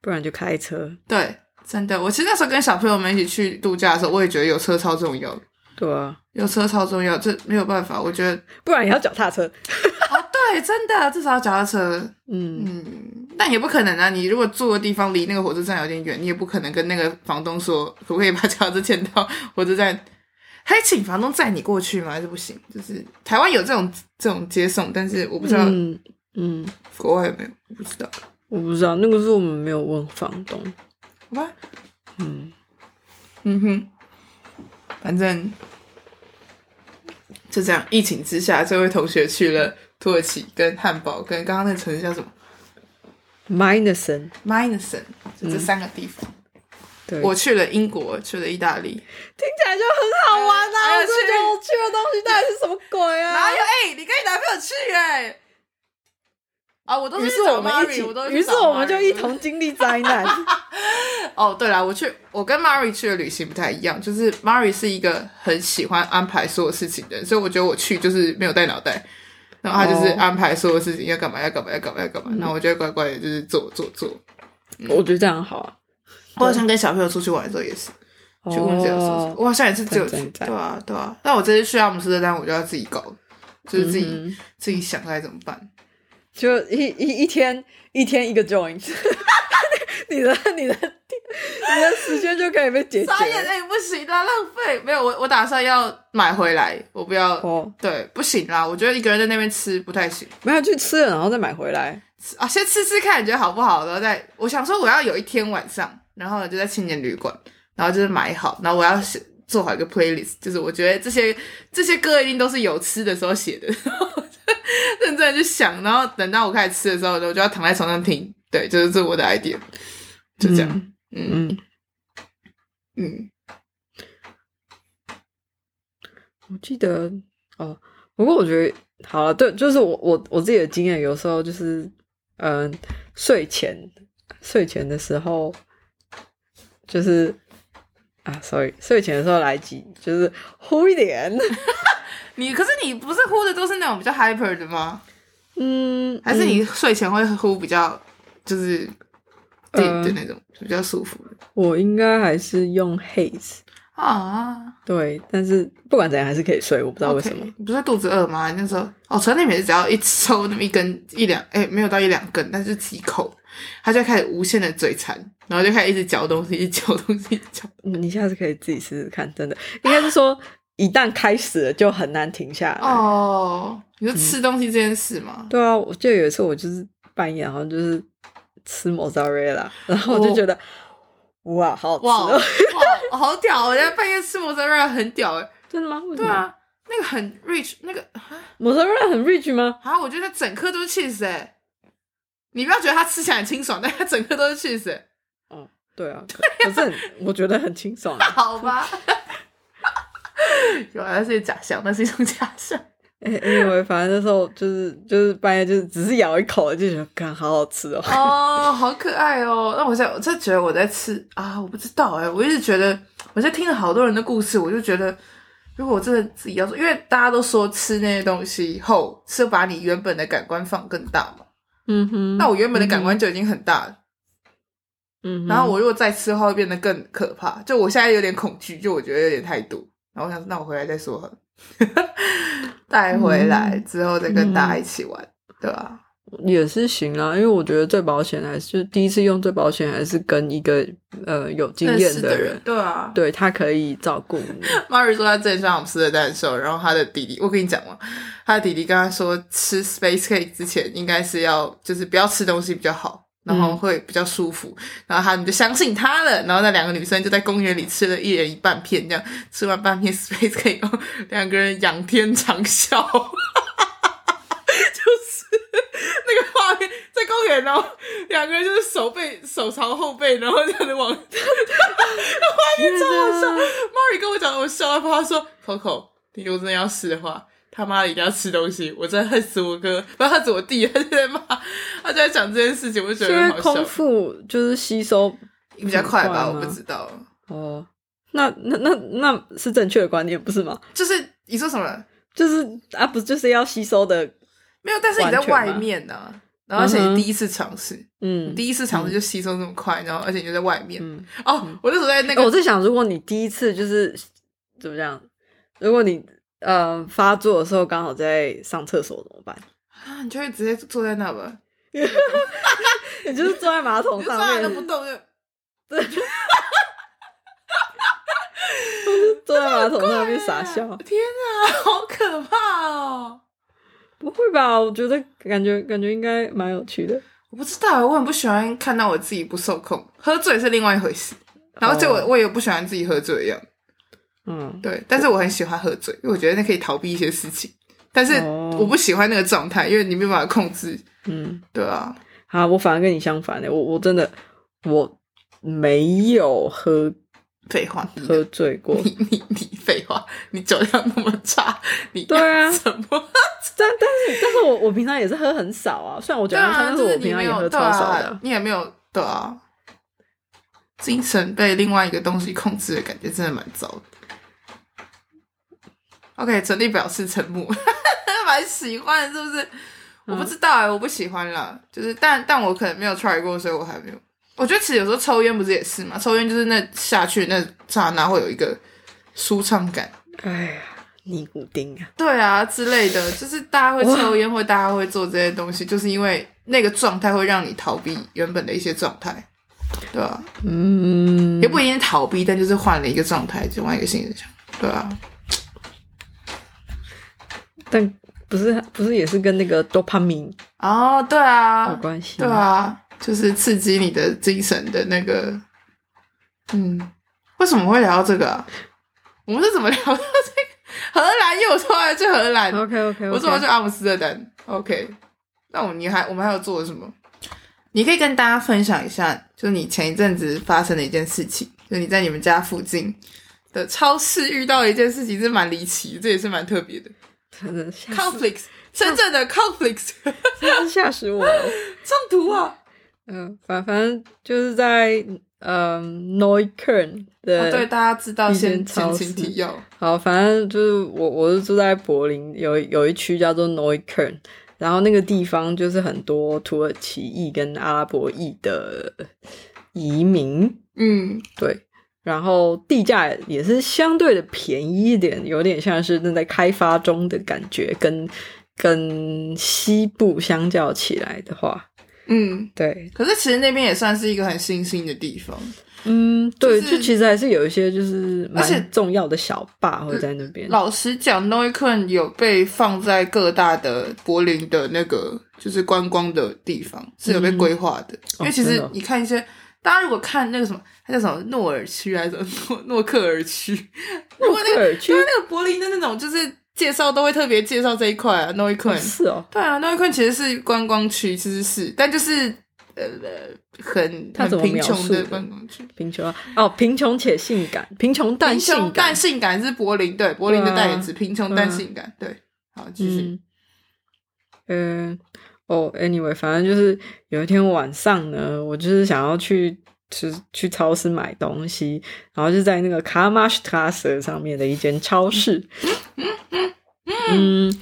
B: 不然就开车。
A: 对，真的，我其实那时候跟小朋友们一起去度假的时候，我也觉得有车超重要的，
B: 对啊，
A: 有车超重要，这没有办法。我觉得，
B: 不然也要脚踏车。
A: 哦，对，真的，至少要脚踏车。
B: 嗯，
A: 嗯，但也不可能啊！你如果住的地方离那个火车站有点远，你也不可能跟那个房东说，可不可以把脚趾牵到火车站？还请房东载你过去吗？还是不行？就是台湾有这种这种接送，但是我啊不知道
B: 嗯嗯，
A: 国外有没有，我不知道。
B: 我不知道，那个是我们没有问房东。
A: 好吧，
B: 嗯，
A: 嗯哼，反正就这样。疫情之下，这位同学去了土耳其、跟汉堡、跟刚刚那个城市叫什么
B: Minusen，
A: m i n u s o n 就这三个地方。
B: 对，
A: 我去了英国，去了意大利。
B: 听起来就很好玩
A: 哎
B: 啊！
A: 呀
B: 我真的觉得我去的东西到底是什么鬼啊？
A: 哪有？哎、你跟你男朋友去哎、啊，我都
B: 于
A: 去
B: 是
A: 找
B: 我们
A: Mari，
B: 一起
A: 我都，去
B: 于是
A: 找
B: 我们就
A: Mari
B: 一同经历灾 难。
A: 哦，对了，我去，我跟 Mary 去的旅行不太一样，就是 Mary 是一个很喜欢安排所有事情的人，所以我觉得我去就是没有带脑袋，然后他就是
B: 哦
A: 安排所有事情要干嘛要干嘛要干嘛要干嘛，然后我就会乖乖的就是做做做。嗯
B: 我觉得这样好啊。
A: 我好像跟小朋友出去玩的时候也是，去问这个
B: 哦
A: 我好像也是只有
B: 赞
A: 去，
B: 赞赞
A: 对啊对啊。但我这次去阿姆斯特丹，我就要自己搞，就是自己、
B: 嗯哼
A: 自己想该怎么办。
B: 就一一一天一天一个 join，你的你的你的时间就可以被解决
A: 眨眼
B: 了。
A: 哎、不行啦，浪费。没有，我我打算要买回来，我不要。
B: 哦，
A: 对，不行啦，我觉得一个人在那边吃不太行。
B: 没有去吃了，然后再买回来。
A: 吃啊，先吃吃看，你觉得好不好？然后再，我想说我要有一天晚上，然后就在青年旅馆，然后就是买好，然后我要写做好一个 playlist，就是我觉得这些这些歌一定都是有吃的时候写的， 然后我就认真的去想，然后等到我开始吃的时候，我就要躺在床上听。对，就是这是我的 idea，就这样。嗯
B: 嗯，
A: 嗯，
B: 我记得哦，不过我觉得好了，对，就是我我我自己的经验，有时候就是嗯、睡前睡前的时候，就是啊，sorry，睡前的时候来几，就是呼一点，
A: 你可是你不是呼的都是那种比较 hyper 的吗？
B: 嗯，
A: 还是你睡前会呼比较就是对
B: 呃
A: 的那种、比较舒服的
B: 我应该还是用 haze。
A: 啊？
B: 对，但是不管怎样还是可以睡，我不知
A: 不
B: 道为什么。
A: 你不是肚子饿吗？那时候哦，陈立每次只要一抽那么一根一两，哎、没有到一两根，但是几口，他就开始无限的嘴馋，然后就开始一直嚼东西，一直嚼东西，一直嚼。
B: 嗯你下次可以自己试试看，真的应该是说一旦开始了就很难停下来。，
A: 哦，你说吃东西这件事吗？
B: 对啊，我记得有一次我就是半夜好像就是吃 mozzarella，然后我就觉得、哇，好好吃
A: 哦哇
B: 哦！
A: 哇，好屌！我在半夜吃摩 o z z 很屌哎、
B: 真的吗？为什
A: 对
B: 么
A: 啊，那个很 rich，那个
B: ，mozzarella 很 rich 吗？
A: 啊，我觉得整颗欸都是 cheese 哎、你不要觉得它吃起来很清爽，但它整颗都是 cheese 哎、
B: 嗯对啊，可可是很我觉得很清爽啊。
A: 好 吧，原来是假象，啊那是一种假象。
B: 因因为反正那时候就是就是半夜就是只是咬一口就觉得，看好好吃哦。
A: 哦，好可爱哦！那我现在我真的觉得我在吃啊，我不知道哎、我一直觉得我现在听了好多人的故事，我就觉得如果我真的自己要做，因为大家都说吃那些东西后是把你原本的感官放更大嘛，
B: 嗯哼
A: 那我原本的感官就已经很大了，
B: 嗯哼，
A: 然后我如果再吃的话会变得更可怕，就我现在有点恐惧，就我觉得有点太多，然后我想说那我回来再说好了， 带回来
B: 嗯
A: 之后再跟大家一起玩，对吧、
B: 也是行啊，因为我觉得最保险还是第一次用最保险还是跟一个呃有经
A: 认识
B: 验
A: 的哎
B: 人，
A: 对啊，
B: 对他可以照顾你。
A: Mary 说她之前上姆斯特丹的时候，然后她的弟弟，我跟你讲嘛，她的弟弟跟她说，吃 space cake 之前应该是要就是不要吃东西比较好，然后会比较舒服。然后他们就相信他了，然后那两个女生就在公园里吃了一人一半片，这样吃完半片 space cake，后两个人仰天长啸， 就是那个画面在公园，然后两个人就是手背手朝后背，然后这样子往
B: 超
A: 笑 Mary 跟我讲，我笑到爆。他说：“Coco，你如果真的要吃的话，他妈的一定要吃东西。”我真的恨死我哥，不要恨死我弟，他就在骂，他就在讲这件事情，我就觉
B: 因
A: 得
B: 为
A: 很好
B: 空
A: 笑。
B: 腹就是吸收
A: 比较快吧，
B: 很
A: 我
B: 快吗
A: 不知道。
B: 哦，那那那那是正确的观念不是吗？
A: 就是你说什么
B: 就是啊，不就是要吸收的？
A: 没有？但是你在
B: 完全吗
A: 外面呢、然后而且
B: 嗯哼
A: 你第一次尝试，
B: 嗯
A: 你第一次尝试就吸收这么快，然后而且你又在外面。
B: 嗯，
A: 哦，我那时候在那
B: 那
A: 个
B: 我在想，如果你第一次就是怎么讲，如果你呃发作的时候刚好在上厕所怎么办？
A: 啊，你就会直接坐在那吧，
B: 你就是坐在马桶
A: 就
B: 上
A: 算了都不
B: 面，
A: 动就。
B: 坐在马桶上面傻笑。
A: 天啊，好可怕哦！
B: 不会吧？我觉得感觉感觉应该蛮有趣的。
A: 我不知道，我很不喜欢看到我自己不受控，喝醉是另外一回事。然后就我、
B: 哦
A: 我也不喜欢自己喝醉一样，
B: 嗯，
A: 对，但是我很喜欢喝醉，因为我觉得那可以逃避一些事情。但是
B: 哦
A: 我不喜欢那个状态，因为你没有办法控制，
B: 嗯，
A: 对啊，
B: 好，我反而跟你相反的，欸我我真的我没有喝
A: 废话，你
B: 喝醉 过，
A: 你你你废话，你酒量那么差，你
B: 对啊
A: 怎么？
B: 但但是但是我我平常也是喝很少啊，虽然我酒
A: 对
B: 量
A: 啊，
B: 差，但是
A: 就
B: 我
A: 是
B: 平
A: 你
B: 常
A: 没
B: 也
A: 有
B: 喝
A: 对
B: 超少的
A: 啊
B: 啊，，
A: 你也没有对啊，精神被另外一个东西控制的感觉真的蛮糟的。OK，陈立表示沉默， 蛮喜欢是不是？我
B: 嗯
A: 不知道哎、我不喜欢啦，就是但但我可能没有 try 过，所以我还没有。我觉得其实有时候抽烟不是也是嘛，抽烟就是那下去那刹那会有一个舒畅感，
B: 哎呀，尼古丁啊，
A: 对啊之类的，就是大家会抽烟或大家会做这些东西，就是因为那个状态会让你逃避原本的一些状态，对啊，
B: 嗯
A: 也，不一定逃避，但就是换了一个状态，就换一个新人想，对啊，
B: 但不是不是也是跟那个多巴胺
A: 哦，对啊
B: 有，关系？
A: 对，啊，就是刺激你的精神的那个，嗯，为什么会聊到这个、啊？我们是怎么聊到这个？荷兰又突然去荷兰
B: OK OK，
A: 啊我怎么去阿姆斯特丹？OK，那我们你还我们还有做了什么？你可以跟大家分享一下，就是你前一阵子发生的一件事情，就是你在你们家附近的超市遇到的一件事情，是蛮离奇的，这也是蛮特别的。
B: 真的吓死
A: conflicts，深圳 的 conflicts
B: 真的吓死我了。
A: 冲突啊！
B: 嗯，反反正就是在嗯 Neukölln 的、
A: 哦，对，大家知道
B: 一间
A: 先前
B: 超
A: 情
B: 市
A: 提要，
B: 好，反正就是我我是住在柏林，有有一区叫做 Neukölln，然后那个地方就是很多土耳其裔跟阿拉伯裔的移民，
A: 嗯，
B: 对，然后地价也是相对的便宜一点，有点像是正在开发中的感觉，跟跟西部相较起来的话，
A: 嗯，
B: 对，
A: 可是其实那边也算是一个很新兴的地方，
B: 嗯，对，
A: 就
B: 就是其实还是有一些就是
A: 而且
B: 蛮重要的小坝会在那边。
A: 老实讲 n o i k o n 有被放在各大的柏林的那个就是观光的地方是有被规划的，因为其
B: 真
A: 实
B: 的哦
A: 你看一些。大家如果看那个什么，它叫什么诺尔区还是什么诺诺克尔 区？如果那
B: 克
A: 个
B: 尔区
A: 因为那个柏林的那种，就是介绍都会特别介绍这一块啊 n o i k o
B: 哦
A: n
B: 是哦，
A: 对啊 n o i k o n 其实是观光区，其实是，但就是呃很
B: 他怎
A: 很
B: 么
A: 贫
B: 描
A: 穷
B: 述
A: 的
B: 的
A: 办公区。
B: 贫穷啊哦，贫穷且性感，贫穷但
A: 贫
B: 性
A: 穷
B: 感，
A: 但性感是柏林对柏林的
B: 对啊
A: 代言词，贫穷
B: 对
A: 但
B: 啊
A: 性感对。好，继续。
B: 嗯，呃，哦，anyway，反正就是有一天晚上呢，我就是想要去吃去超市买东西，然后就在那个卡马什塔舍上面的一间超市，嗯。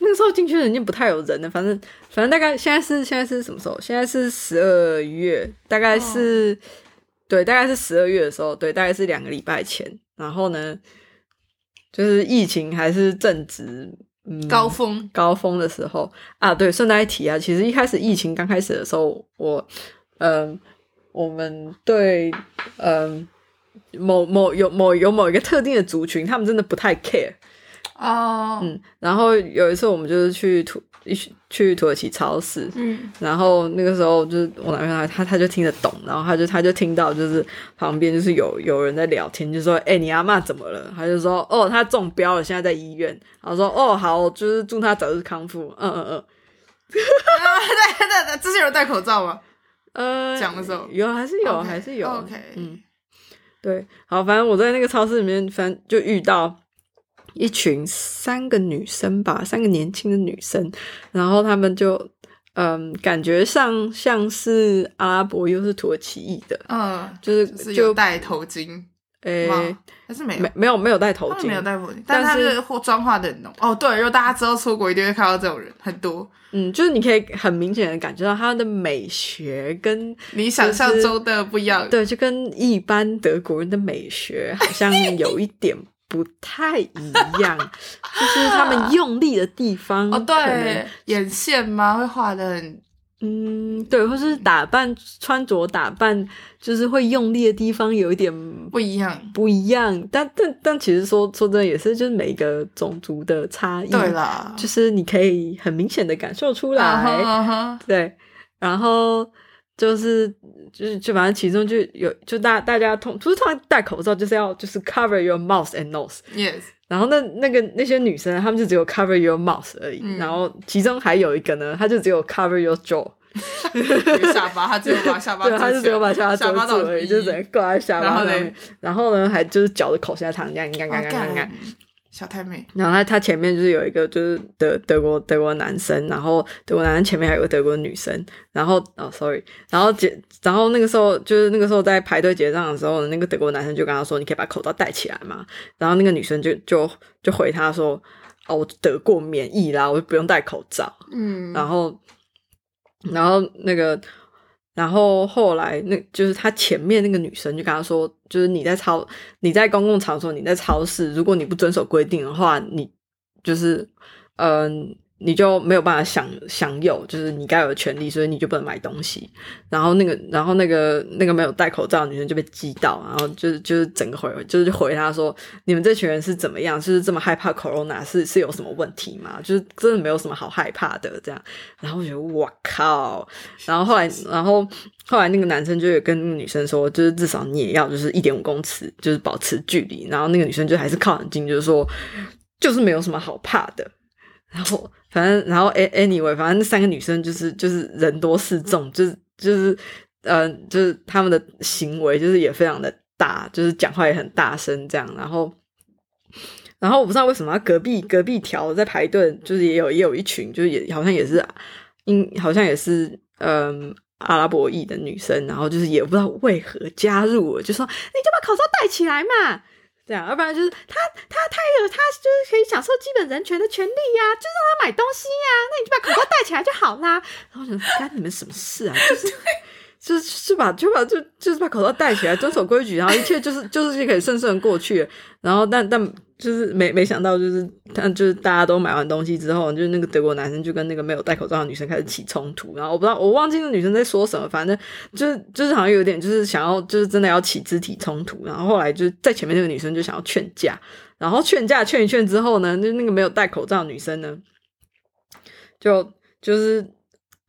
B: 那个时候进去的已经不太有人了，反正反正大概现在是现在是什么时候？现在是十二月，大概是、对，大概是十二月的时候，对，大概是两个礼拜前。然后呢，就是疫情还是正值嗯
A: 高峰
B: 高峰的时候啊，对，顺带一提啊，其实一开始疫情刚开始的时候，我，嗯、我们对，嗯、某某有某有某一个特定的族群，他们真的不太 care，
A: 哦，
B: 嗯，然后有一次我们就是去土一起去土耳其超市，
A: 嗯
B: 然后那个时候就是我男朋友他他他就听得懂，然后他就他就听到就是旁边就是有有人在聊天，就说：“哎、你阿嬷怎么了？”他就说：“哦，她中标了，现在在医院。”然后说：“哦，好，就是祝她早日康复。”嗯嗯
A: 啊，对对对，之前有戴口罩吗？
B: 嗯，呃，
A: 讲的时候
B: 有还是有
A: OK，
B: 还是有
A: OK
B: 嗯，对，好，反正我在那个超市里面，反正就遇到一群三个女生吧，三个年轻的女生，然后她们就。嗯，感觉上像是阿拉伯又是土耳其裔的，
A: 嗯，
B: 就是
A: 就是有
B: 就
A: 戴头巾
B: 诶、
A: 吗？还是没有
B: 没？没有没有戴头
A: 他们
B: 巾，
A: 没有戴头巾，
B: 但
A: 但
B: 是
A: 是他们化妆化的很浓。哦，对，如果大家之后出国，一定会看到这种人很多。
B: 嗯，就是你可以很明显的感觉到它的美学跟
A: 你想象中的不一样。
B: 对，就跟一般德国人的美学好像有一点不太一样， 就是他们用力的地方
A: 哦，
B: 可能
A: 对，眼线吗？会画的很
B: 嗯，对，或是打扮穿着打扮，就是会用力的地方有一点
A: 不一样。
B: 不一样，但但但其实说说真的，也是就是每一个种族的差异，
A: 对啦，
B: 就是你可以很明显的感受嗯出来。
A: 啊哈啊哈
B: 对，然后就是就是就反正其中就有就大大家通不是通常戴口罩就是要就是 cover your mouth and nose，
A: ，yes，
B: 然后那那个那些女生她们就只有 cover your mouth 而已，
A: 嗯
B: 然后其中还有一个呢，她就只有 cover your jaw，
A: 有下巴，他只有把下巴遮起来，
B: 对，她就只有把下巴遮
A: 下巴
B: 住
A: 到
B: 而已，
A: 鼻
B: 就只能挂在下
A: 然
B: 巴
A: 后
B: 上
A: 嘞
B: 面，然后呢还就是嚼着口香糖这样，干干
A: 啊
B: 干干干
A: 干。小太妹，
B: 然后他他前面就是有一个就是德德国德国男生，然后德国男生前面还有个德国女生，然后哦，sorry，然后结然后那个时候就是那个时候在排队结账的时候，那个德国男生就跟他说：“你可以把口罩戴起来嘛。”然后那个女生就就就回他说：“哦，我得过免疫啦，我就不用戴口罩。”
A: 嗯，
B: 然后，然后那个，然后后来那就是他前面那个女生就跟他说，就是你在超你在公共场所你在超市，如果你不遵守规定的话，你就是嗯、你就没有办法享享有就是你该有的权利，所以你就不能买东西。然后那个，然后那个那个没有戴口罩的女生就被击倒，然后就是就是整个回就是回他说，你们这群人是怎么样？就是这么害怕 corona 是是有什么问题吗？就是真的没有什么好害怕的这样。然后我觉得哇靠，然后后来然后后来那个男生就有跟那个女生说，就是至少你也要就是一点五公尺，就是保持距离。然后那个女生就还是靠很近，就是说就是没有什么好怕的。然后反正然后 a- anyway，反正那三个女生就是就是人多势众，就是就是呃就是他们的行为就是也非常的大，就是讲话也很大声这样，然后。然后我不知道为什么啊隔壁隔壁条在排队，就是也有也有一群，就是也好像也是，应好像也是嗯阿拉伯裔的女生，然后就是也不知道为何加入了，就说你就把口罩戴起来嘛，这样，要不然就是他他他有他就是可以享受基本人权的权利呀、就让他买东西呀、那你就把口罩戴起来就好啦。 然后我想说，干你们什么事啊？就是就是就是把就把就就是把口罩戴起来，遵守规矩，然后一切就是就是就可以顺顺过去。然后但但就是没没想到就是但就是大家都买完东西之后，就是那个德国男生就跟那个没有戴口罩的女生开始起冲突，然后我不知道我忘记那女生在说什么，反正就是就是好像有点就是想要就是真的要起肢体冲突，然后后来就是在前面那个女生就想要劝架，然后劝架劝一劝之后呢，就那个没有戴口罩的女生呢，就就是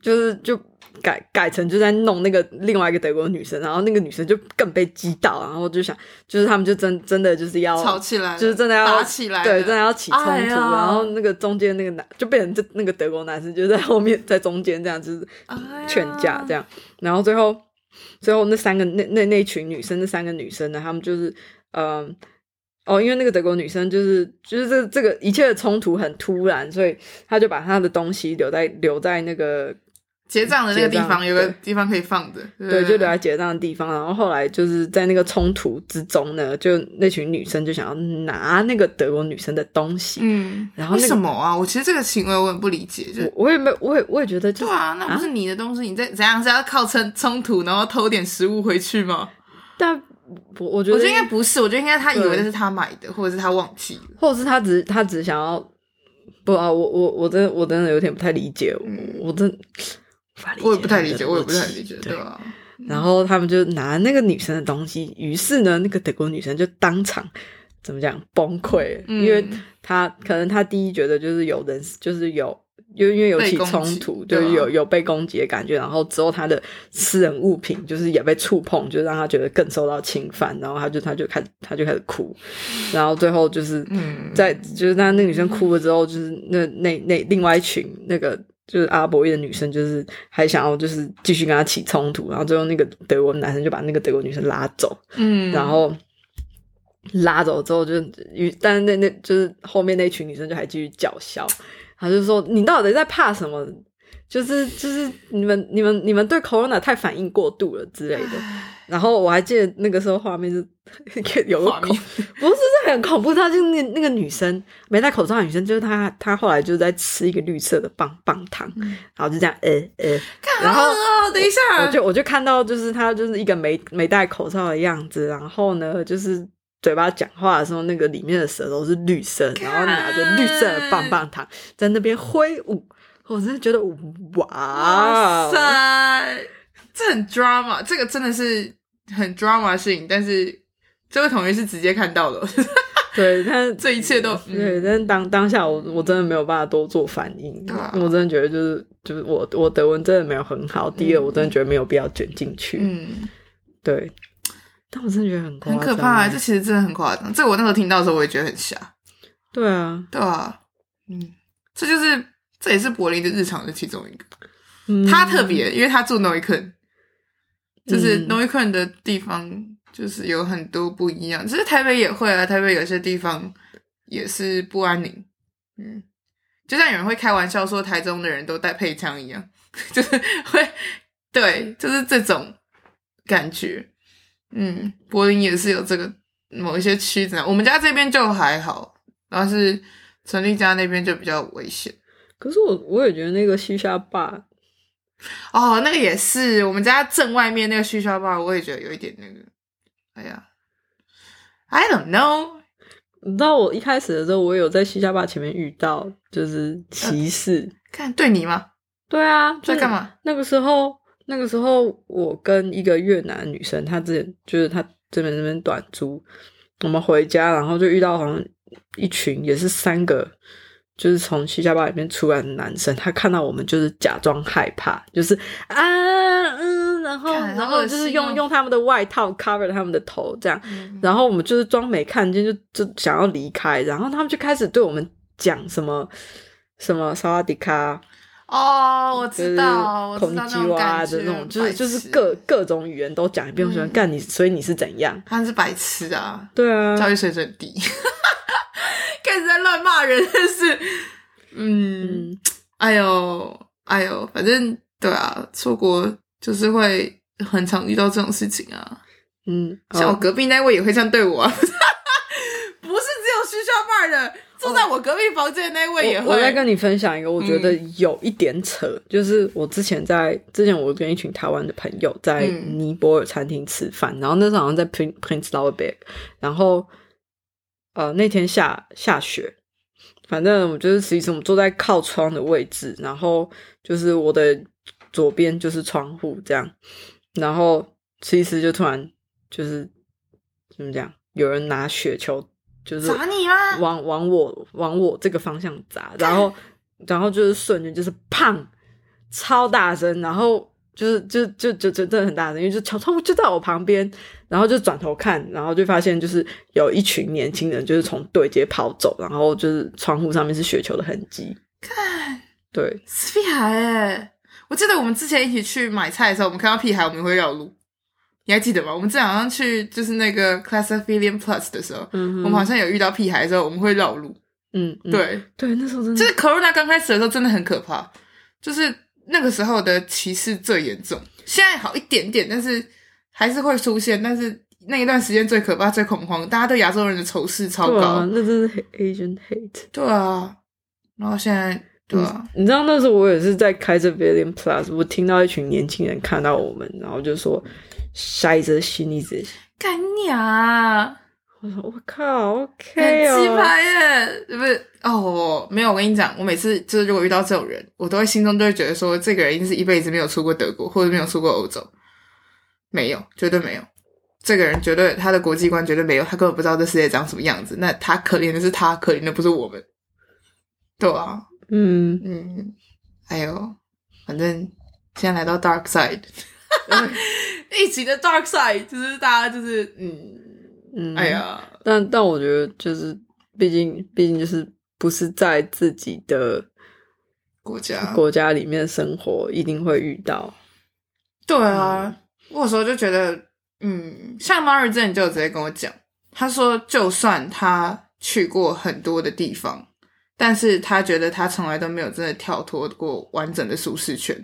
B: 就是就改改成就在弄那个另外一个德国女生，然后那个女生就更被击倒，然后就想就是他们就真真的就是要
A: 吵起来了，
B: 就是真的要
A: 打起来了，
B: 对，真的要起冲突，
A: 哎呀
B: 然后那个中间那个男就变成这那个德国男生就在后面在中间这样，就是
A: 哎呀
B: 劝架这样，然后最后最后那三个那那那群女生，那三个女生呢，她们就是嗯。哦，因为那个德国女生就是就是这这个一切的冲突很突然，所以她就把她的东西留在留在那个
A: 结账的那个地
B: 结账
A: 方有个
B: 对
A: 地方可以放的，
B: 对，就留
A: 对
B: 在结账的地方。然后后来就是在那个冲突之中呢，就那群女生就想要拿那个德国女生的东西。
A: 嗯，
B: 然后
A: 为
B: 那
A: 什
B: 个
A: 么啊？我其实这个行为我很不理解，就
B: 我我也没有，我也我也觉得就
A: 嗯对
B: 是
A: 啊，那不是你的东西，你在怎样是要靠冲冲突，然后偷点食物回去吗？
B: 但我我觉
A: 我觉
B: 得
A: 得应该不是，我觉得应该他以为
B: 对
A: 那是他买的，或者是他忘记了。
B: 或者是他只他只想要不啊，我我我真的我真的有点不太理解，
A: 嗯
B: 我我真无法理解，
A: 我也不太理解，我也不太理解，
B: 对
A: 对。啊嗯吧？
B: 然后他们就拿那个女生的东西，于是呢，那个德国女生就当场怎么讲崩溃了，
A: 嗯
B: 因为她可能她第一觉得就是有人就是有。因为因为有
A: 被
B: 起
A: 攻击
B: 冲突，
A: 对
B: 就
A: 啊
B: 是有有被攻击的感觉，然后之后她的私人物品就是也被触碰，就让她觉得更受到侵犯，然后她就她就开始她就开始哭，然后最后就是
A: 嗯
B: 在就是那那女生哭了之后，就是那那那另外一群那个就是阿拉伯裔的女生，就是还想要就是继续跟她起冲突，然后最后那个德国男生就把那个德国女生拉走，
A: 嗯，
B: 然后拉走之后就，于但是那那就是后面那群女生就还继续叫嚣，她就说你到底在怕什么？就是就是你们你们你们对 corona 太反应过度了之类的。然后我还记得那个时候画面是 有个
A: 画
B: 恐
A: 面
B: 不是是很恐怖，她就是那那个女生没戴口罩的女生，就是她她后来就是在吃一个绿色的棒棒糖，然后就这样呃呃
A: 看
B: 然后
A: 嗯啊等一下，
B: 我就我就看到，就是他就是一个没没戴口罩的样子，然后呢，就是嘴巴讲话的时候，那个里面的舌头是绿 色，然后拿着绿色的棒棒糖在那边挥舞，我真的觉得哇
A: 哇，塞，这很 drama，这个真的是很 drama 的事情，但是这位同学是直接看到的，
B: 对，但
A: 这一切都嗯
B: 对，但是当当下我我真的没有办法多做反应，
A: 对啊
B: 我真的觉得就是就是我我德文真的没有很好，第二
A: 嗯
B: 我真的觉得没有必要卷进去，
A: 嗯，
B: 对，但我真的觉得很夸
A: 很
B: 张
A: 可怕、
B: 欸
A: 这其实真的很夸张。这我那时候听到的时候，我也觉得很吓，
B: 对啊，
A: 对啊，嗯，这就是这也是柏林的日常的其中一个。
B: 嗯
A: 他特别，因为他住 n o i k e n 就是
B: 嗯
A: n o i k e n 的地方，就是有很多不一样。其实台北也会啊，台北有些地方也是不安宁。嗯，就像有人会开玩笑说台中的人都带配枪一样， 就是会对，就是这种感觉。嗯，柏林也是有这个某一些区子啊，我们家这边就还好，但是陈丽家那边就比较危险。
B: 可是我我也觉得那个西夏坝，
A: 哦，那个也是，我们家正外面那个虚销吧，我也觉得有一点那个，哎呀，I don't know，
B: 你知道我一开始的时候，我有在西夏坝前面遇到就是歧视。
A: 看对你吗？
B: 对啊，就
A: 呃在
B: 是
A: 干嘛？
B: 那个时候，那个时候我跟一个越南女生，她之前就是她这边这边短租，我们回家，然后就遇到好像一群也是三个，就是从西夏坝里面出来的男生，他看到我们就是假装害怕，就是啊嗯，然后
A: 看
B: 然
A: 好
B: 后
A: 恶
B: 就是
A: 心
B: 用
A: 哦
B: 用他们的外套 cover 他们的头这样，
A: 嗯
B: 然后我们就是装没看见，就就想要离开，然后他们就开始对我们讲什么什么萨瓦迪卡。
A: 哦，我知道，我
B: 就
A: 知道
B: 是恐
A: 那
B: 鸡
A: 种
B: 哇
A: 感
B: 的
A: 觉，
B: 那种，就是就是
A: 白痴
B: 各，各种语言都讲一遍。我喜欢
A: 嗯
B: 干你，所以你是怎样？
A: 他是白痴啊，
B: 对啊，
A: 教育水准低，开始在乱骂人，真是，嗯，
B: 嗯，
A: 哎呦，哎呦，反正对啊，出国就是会很常遇到这种事情啊，
B: 嗯，
A: 像我
B: 哦
A: 隔壁那位也会这样对我、啊， 不是只有虚校伴的，住在我隔壁房间的那位也
B: 我
A: 会。嗯
B: 我再跟你分享一个，我觉得有一点扯，就是我之前在之前我跟一群台湾的朋友在
A: 嗯
B: 尼泊尔餐厅吃饭，然后那时候好像在 Prince Prince l a u b e r g 然后呃那天下下雪，反正我就是其实我们坐在靠窗的位置，然后就是我的左边就是窗户这样，然后其实就突然就是怎么讲，有人拿雪球就是
A: 砸你吗？
B: 往往我往我这个方向砸，然后然后就是瞬间就是砰，超大声，然后就是就就就就真的很大声，因为就小窗户就在我旁边，然后就转头看，然后就发现就是有一群年轻人就是从对街跑走，然后就是窗户上面是雪球的痕迹。
A: 看
B: 对，
A: 是屁孩哎、我记得我们之前一起去买菜的时候，我们看到屁孩，我们会绕路。你还记得吗？我们之前好像去就是那个 Class of Billion Plus 的时候，
B: 嗯哼，
A: 我们好像有遇到屁孩的时候，我们会绕路。
B: 嗯，嗯
A: 对，
B: 对，那时候真的
A: 就是 Corona 刚开始的时候真的很可怕，就是那个时候的歧视最严重。现在好一点点，但是还是会出现。但是那一段时间最可怕、最恐慌，大家对亚洲人的仇视超
B: 对啊
A: 高。，
B: 那真的是 Asian hate。
A: 对啊，然后现在对啊，
B: 你知道那时候我也是在开着 Billion Plus，我听到一群年轻人看到我们，然后就说塞着心一直，
A: 干你啊！
B: 我说我靠
A: 很
B: ，OK
A: 鸡
B: 哦，
A: 排耶，不是哦，没有，我跟你讲，我每次就是如果遇到这种人，我都会心中都会觉得说，这个人一定是一辈子没有出过德国，或者没有出过欧洲，没有，绝对没有。这个人绝对他的国际观绝对没有，他根本不知道这世界长什么样子。那他可怜的是他，可怜的不是我们，对啊，
B: 嗯，
A: 嗯，哎呦，反正现在来到 dark side，一起的 dark side 就是大家就是嗯，
B: 嗯
A: 哎，呀，
B: 但但我觉得就是，毕竟毕竟就是不是在自己的
A: 国家
B: 国家里面生活，一定会遇到，
A: 对啊，
B: 嗯
A: 我有时候就觉得，嗯，像 Mary 之前就有直接跟我讲，他说就算他去过很多的地方，但是他觉得他从来都没有真的跳脱过完整的舒适圈。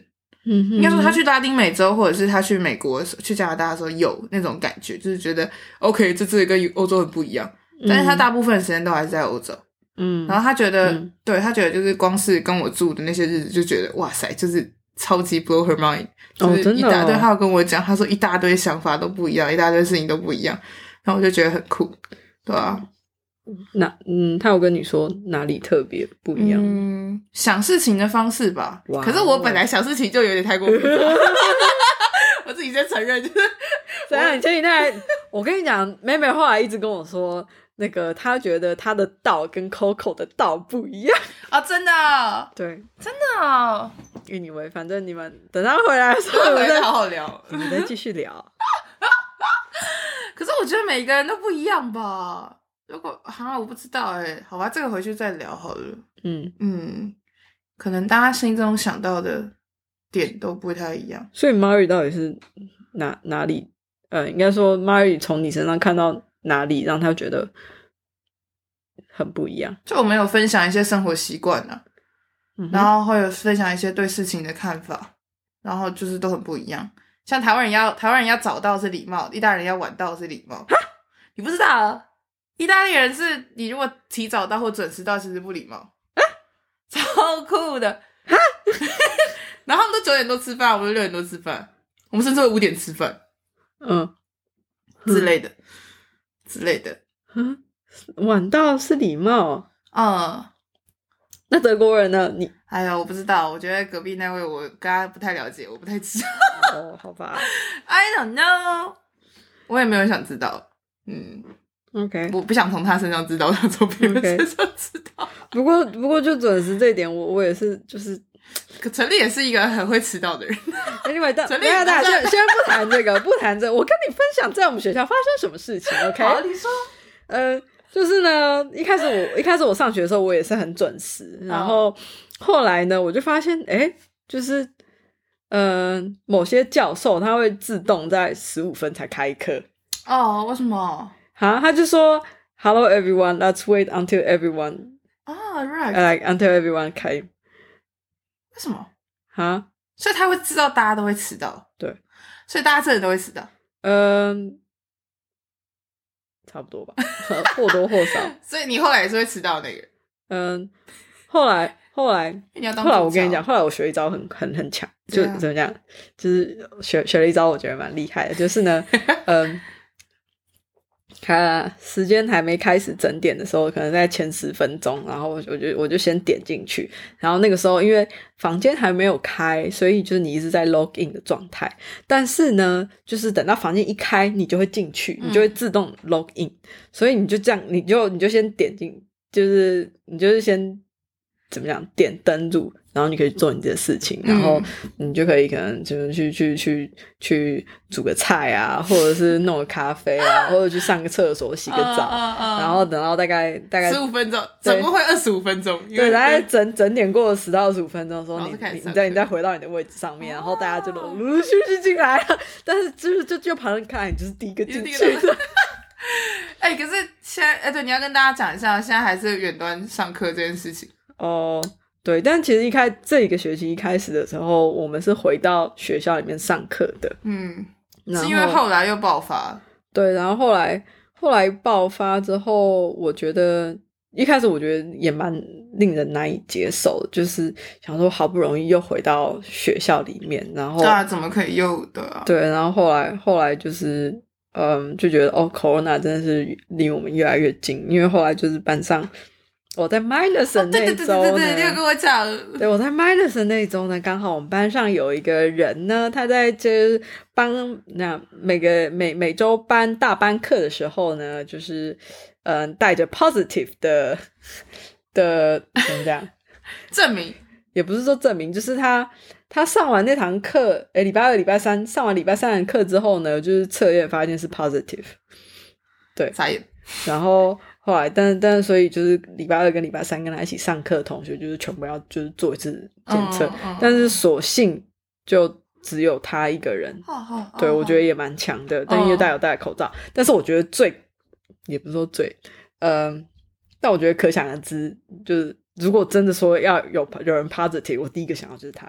B: 嗯哼，
A: 应该说他去拉丁美洲，或者是他去美国、去加拿大的时候有那种感觉，就是觉得 OK，这次跟欧洲很不一样。
B: 嗯，
A: 但是他大部分时间都还是在欧洲，
B: 嗯，
A: 然后他觉得，
B: 嗯
A: 对他觉得就是光是跟我住的那些日子，就觉得哇塞，就是超级 blow her mind，就
B: 哦
A: 是
B: 真
A: 一
B: 的
A: 大堆。
B: 哦
A: 他有跟我讲，他说一大堆想法都不一样，一大堆事情都不一样，然后我就觉得很酷，对
B: 嗯
A: 啊，
B: 哪嗯，他有跟你说哪里特别不一样？
A: 嗯，想事情的方式吧。
B: 哇哦
A: 可是我本来想事情就有点太过 复杂，我自己先承认，就是
B: 怎样？你前几天还，我跟你讲，妹妹后来一直跟我说，那个她觉得她的道跟 Coco 的道不一样。
A: 啊、真的哦、
B: 对
A: 真的哦，
B: ，anyway，反正你们等她回来的时候，我
A: 回
B: 们
A: 来好
B: 再
A: 好聊。
B: 我们再继续聊。
A: 可是我觉得每个人都不一样吧。如果啊，我不知道哎、好吧，这个回去再聊好了。
B: 嗯，
A: 嗯，可能大家心中想到的点都不太一样。
B: 所以 Mary 到底是哪哪里？呃，应该说 Mary 从你身上看到哪里，让她觉得很不一样。
A: 就我们有分享一些生活习惯啊，
B: 嗯哼
A: 然后会有分享一些对事情的看法，然后就是都很不一样。像台湾人要台湾人要早到是礼貌，意大利人要晚到是礼貌。你不知道啊，意大利人是你如果提早到或准时到，其实不礼貌，
B: 啊
A: 超酷的。 然后他们都九点多吃饭，我们都六点多吃饭，我们甚至会五点吃饭
B: 嗯
A: 之类的、之类的。
B: 嗯，晚到是礼貌。
A: 嗯，
B: 那德国人呢？你
A: 哎呀，我不知道，我觉得隔壁那位我跟他不太了解，我不太知道。
B: 哦，好吧
A: I don't know，我也没有想知道。嗯，
B: ，OK。
A: 我不想从他身上知道，我想从别 人
B: OK
A: 身上知道。
B: 不过，不过就准时这一点，我我也是，就是
A: 可陈立也是一个很会迟到的人。
B: anyway，但
A: 陈立
B: 没有，
A: 你
B: 大家
A: 在
B: 先先 不谈这个，不谈这个我跟你分享在我们学校发生什么事 情，OK？
A: 好，你说
B: 呃，就是呢，一开始我一开始我上学的时候，我也是很准时，
A: 嗯
B: 然后后来呢，我就发现，哎，就是呃，某些教授他会自动在十五分才开课，
A: 哦？为什么
B: 好，他就说，Hello everyone，let's wait until everyone，
A: 啊？Right？、
B: 呃、like until everyone 开，
A: 为什么？
B: 哈，
A: 所以他会知道大家都会迟到。
B: 对，
A: 所以大家真的都会迟到。
B: 嗯，差不多吧，或多或少。
A: 所以你后来也是会迟到的那个人。
B: 嗯，后来后来
A: 因为你要当
B: 后来，
A: 助
B: 我跟你
A: 教啊
B: 讲，，后来我学一招很很很强，就
A: 怎样
B: 怎么讲，就是学学了一招，我觉得蛮厉害的，就 是呢，嗯。他时间还没开始整点的时候，可能在前十分钟，然后我就我就我就先点进去，然后那个时候因为房间还没有开，所以就是你一直在 log in 的状态。但是呢，就是等到房间一开，你就会进去，
A: 嗯
B: 你就会自动 log in，、所以你就这样，你就你就先点进，就是你就是先怎么讲点登入，然后你可以做你自己的事情，
A: 嗯
B: 然后你就可以可能就是去去去去煮个菜啊，或者是弄个咖啡 啊，或者去上个厕所、洗个
A: 嗯
B: 澡，然
A: 然
B: 后等到大概大概
A: 啊十五分钟，
B: 对
A: 总共会二十五分钟，因为
B: 对，大概整整点过了十到十五分钟的时候，
A: 然后
B: 你
A: 就开始
B: 你
A: 上
B: 你
A: 课哦
B: 再你再回到你的位置上面，然后大家就陆陆续续进来了。但是就是就就旁人看你就是第一个进
A: 你
B: 去
A: 是 第一
B: 的，
A: 哎、可是现在哎、对，你要跟大家讲一下，现在还是远端上课这件事情。
B: 哦。对，但其实一开这一个学期一开始的时候，我们是回到学校里面上课的，
A: 嗯，
B: 然
A: 是因为
B: 后
A: 后来又爆发了。
B: 对，然后后来后来爆发之后，我觉得一开始我觉得也蛮令人难以接受的，就是想说好不容易又回到学校里面，然后
A: 对啊，怎么可以又对啊？
B: 对，然后后来后来就是，嗯，就觉得哦，corona 真的是离我们越来越近，因为后来就是班上，我在 minus 的
A: 哦对对
B: 那
A: 对对
B: 周
A: 对，你有
B: 呢。
A: 跟我讲，
B: 对，我在 minus 的那一周呢，刚好我们班上有一个人呢，他在这帮那每个每每周班大班课的时候呢，就是嗯、呃带着 positive 的的怎么讲，
A: 证明
B: 也不是说证明，就是他他上完那堂课，诶，礼拜二、礼拜三上完礼拜三的课之后呢，就是测验发现是 positive，
A: 傻眼。
B: 然后后来，但但是所以就是礼拜二跟礼拜三跟他一起上课的同学，就是全部要就是做一次检测，
A: 嗯嗯
B: 但是所幸就只有他一个人，
A: 哦哦，
B: 对
A: 哦
B: 我觉得也蛮强的，但因为戴有戴口罩，但是我觉得最也不是说最，嗯、但我觉得可想而知，就是如果真的说要有有人 positive，我第一个想到 就是他，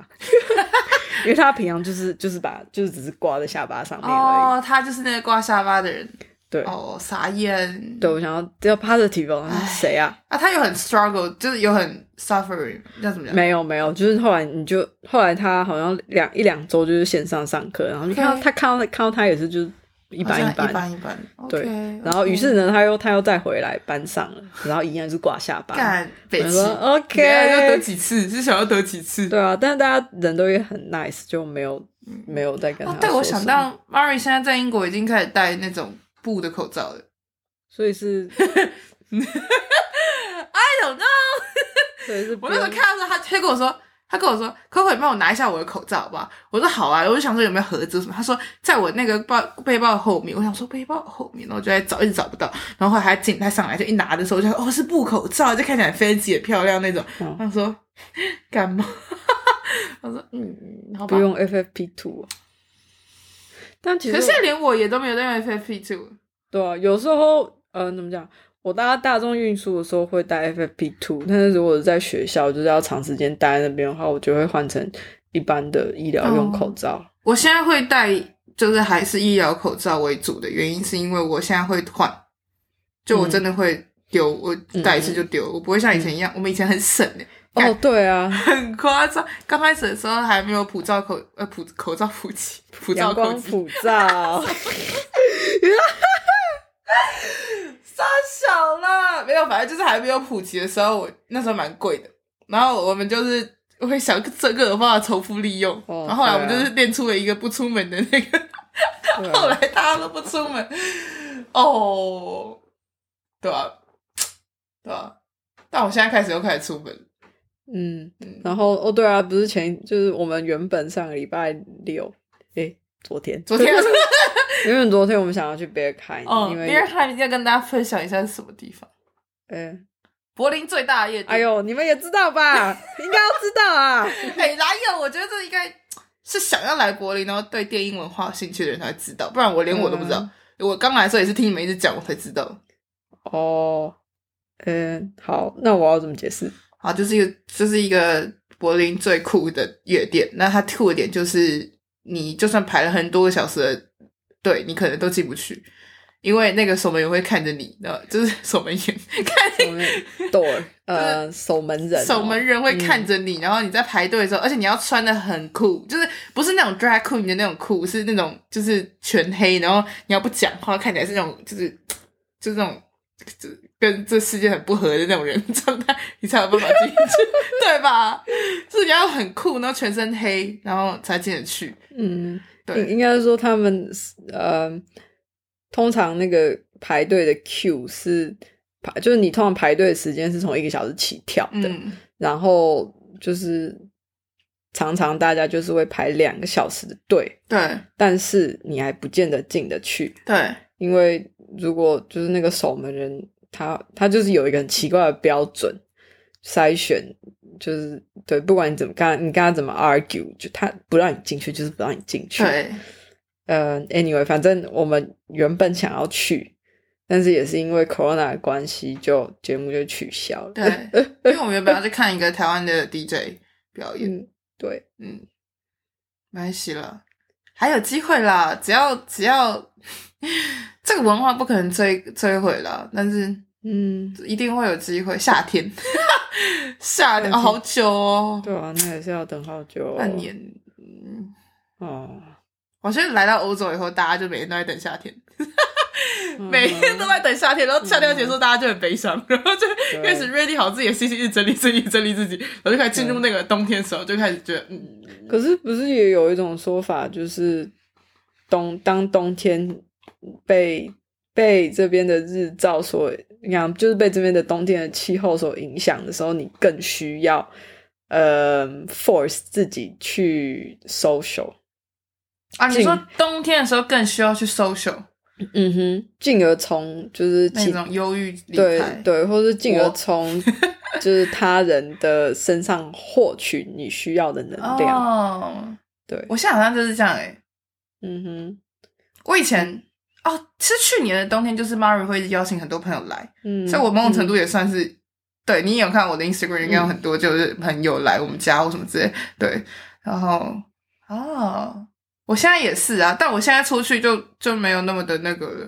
B: 因为他平常就是就是把就是只是挂在下巴上面而已，
A: 哦，他就是那个挂下巴的人。
B: 对
A: 哦，傻眼。
B: 对我想要要 positive 哦，他
A: 唉
B: 是谁啊？
A: 啊，他有很 struggle，就是有很 suffering，要怎么讲？
B: 没有没有，就是后来你就后来他好像两一两周就是线上上课，然后就看到
A: OK
B: 他看到看到他也是就是一
A: 一
B: 般
A: 一
B: 般，
A: 般一般。嗯
B: 对
A: OK，OK
B: 然后于是呢他又他又再回来班上了，然后一样是挂下巴，
A: 干北
B: 我
A: 齐
B: 说 OK，
A: 要得几次？是想要得几次？
B: 对啊，但是大家人都也很 nice，就没有没有再跟他
A: 哦
B: 说，
A: 对，我
B: 什
A: 想
B: 么，
A: 到 Mary 现在在英国已经开始戴那种布的口罩了。
B: 所 以是
A: I don't know。
B: 所以是
A: 我
B: 不
A: 那时
B: 用
A: 候看到的时候，他他跟我说，他跟我说，可不可以帮我拿一下我的口罩吧？我说好啊，我就想说有没有盒子什么？他说在我那个包背包后面，我想说背包后面，然后我就在找，一直找不到。然后后来他进他上来就一拿的时候，我就说哦是布口罩，就看起来飞机也漂亮那种。
B: 嗯
A: 他说感 冒，我说嗯，嗯好吧
B: 不。用 FFP two，、但其
A: 可
B: 实
A: 是
B: 我
A: 现在连我也都没有在用 FFP two，
B: 对啊，有时候嗯、呃怎么讲？我搭大众运输的时候会带 FFP two，但是如果是在学校就是要长时间待在那边的话，我就会换成一般的医疗用
A: 哦
B: 口罩。
A: 我现在会戴就是还是医疗口罩为主的原因，是因为我现在会换，
B: 嗯
A: 就我真的会丢，我戴一次就丢，我不会像以前一样。我们以前很省的，
B: 哦，对啊，
A: 很夸张。 刚开始的时候还没有普照口呃普口罩普及普照
B: 阳
A: 口
B: 光
A: 罩
B: 普照，
A: 太小了，没有，反正就是还没有普及的时候，我那时候蛮贵的。然后我们就是会想各各种方法重复利用，
B: 哦
A: 然后后来我们
B: 对啊
A: 就是练出了一个不出门的那个。
B: 对啊
A: 后来大家都不出门，哦，对啊，对啊，但我现在开始又开始出门，
B: 嗯
A: 嗯，
B: 然后哦，对啊，不是前就是我们原本上个礼拜六，诶，昨天，
A: 昨天啊
B: 原本昨天我们想要去 Bear Kind，、
A: 哦，
B: 因
A: 因
B: 为
A: 为他一定要跟大家分享一下是什么地方，
B: 诶，
A: 柏林最大的夜店。
B: 呃哎，呦，你们也知道吧？应该要知道啊。
A: 哎，哪有？我觉得这应该是想要来柏林，然后对电影文化有兴趣的人才会知道，不然我连我都不知道。
B: 嗯
A: 我刚来的时候也是听你们一直讲，我才知道。
B: 哦，嗯，好，那我要怎么解释？
A: 啊，就是一个就是一个柏林最酷的夜店。那它酷的点就是，你就算排了很多个小时的队，你可能都进不去，因为那个守门员会看着你，然后就是 守门员看着
B: 我 们 door，呃，守门人、哦
A: 守门
B: 人，
A: 人会看着你，然后你在排队的时候，而且你要穿的很酷，就是不是那种 drag queen 的那种酷，是那种就是全黑，然后你要不讲话，看起来是那种就是就是那种就是跟这世界很不合的那种人状态，你才有办法进去，对吧？就是你要很酷，然后全身黑，然后才进得去。
B: 嗯，应
A: 对，
B: 应该说他们，呃，通常那个排队的 queue 是排，就是你通常排队的时间是从一个小时起跳的，
A: 嗯，
B: 然后就是常常大家就是会排两个小时的队，
A: 对
B: 但是你还不见得进得去，
A: 对
B: 因为如果就是那个守门人，他他就是有一个很奇怪的标准筛选，就是对，不管你怎么跟他，你跟他怎么 argue，就他不让你进去，就是不让你进去。
A: 对
B: 呃，anyway，反正我们原本想要去，但是也是因为 corona 的关系，就节目就取消了。
A: 对，因为我们原本要去看一个台湾的 DJ 表演，
B: 嗯，对，
A: 嗯，没关系了，还有机会啦，只要只要这个文化不可能摧摧毁了，但是
B: 嗯，
A: 一定会有机会。夏天， 夏天、
B: 夏天
A: 哦、好久哦，
B: 对啊，那也是要等好久哦、
A: 半年。嗯，
B: 哦，
A: 我觉得来到欧洲以后，大家就每天都在等夏天， 每天都在等夏天，然后夏天要结束，大家就很悲伤，然后就
B: 对
A: 开始 ready 好自己的心情，一直整理自己，整理自己，然后就开始进入那个冬天的时候，就开始觉得嗯，
B: 可是不是也有一种说法，就是冬当冬天被被这边的日照所，你看就是被这边的冬天的气候所影响的时候，你更需要呃 force 自己去 social，
A: 啊，你
B: 进
A: 说冬天的时候更需要去 social。
B: 嗯哼，进而从就是
A: 那
B: 其
A: 种忧郁离
B: 对
A: 开。
B: 对，或是进而
A: 我
B: 从 就是他人的身上获取你需要的能量，
A: 哦，
B: 对，
A: 我现在好像就是这样哎、
B: 嗯哼，
A: 我以前、
B: 嗯
A: 哦，其实去年的冬天就是 Mary 会邀请很多朋友来，
B: 嗯，
A: 所以我某种程
B: 嗯
A: 度也算是。对你也有看我的 Instagram，应该有很多就是朋友来我们家或什么之类，对，然后哦，我现在也是啊，但我现在出去就就没有那么的那个了，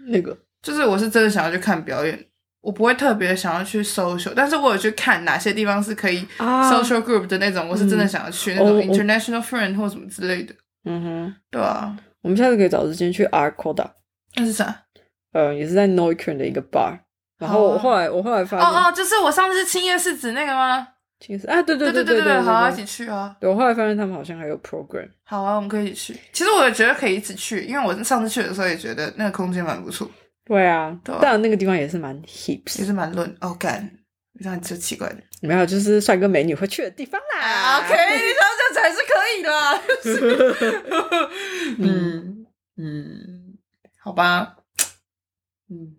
B: 嗯那个
A: 就是我是真的想要去看表演，我不会特别想要去 social，但是我有去看哪些地方是可以
B: 啊
A: social group 的那种，我是真的想要去、那
B: 哦
A: 种
B: 我
A: international friend 或什么之类的，
B: 嗯哼。
A: 对啊，
B: 我们下次可以找时间去 R Coda，
A: 那是啥？
B: 呃，也是在 n o i k e r n 的一个 bar。然后
A: 好啊
B: 我后来、我后来发
A: 哦
B: 现，
A: 哦，就是我上次去青叶市指那个吗？
B: 其实啊，对对
A: 对
B: 对
A: 对
B: 对
A: 好啊，一起
B: 对
A: 去啊，
B: 对我后来发现他们好像还有 program。
A: 好啊，我们可以一起去。其实我也觉得可以一起去，因为我上次去的时候也觉得那个空间蛮不错，
B: 对啊，
A: 对啊
B: 但那个地方也是蛮
A: 也
B: heaps，
A: 是蛮乱哦，干，这样就奇怪的。
B: 没有就是帅哥美女会去的地方啦。
A: 啊，OK，你想想才是可以的啊。 嗯嗯，好吧，嗯，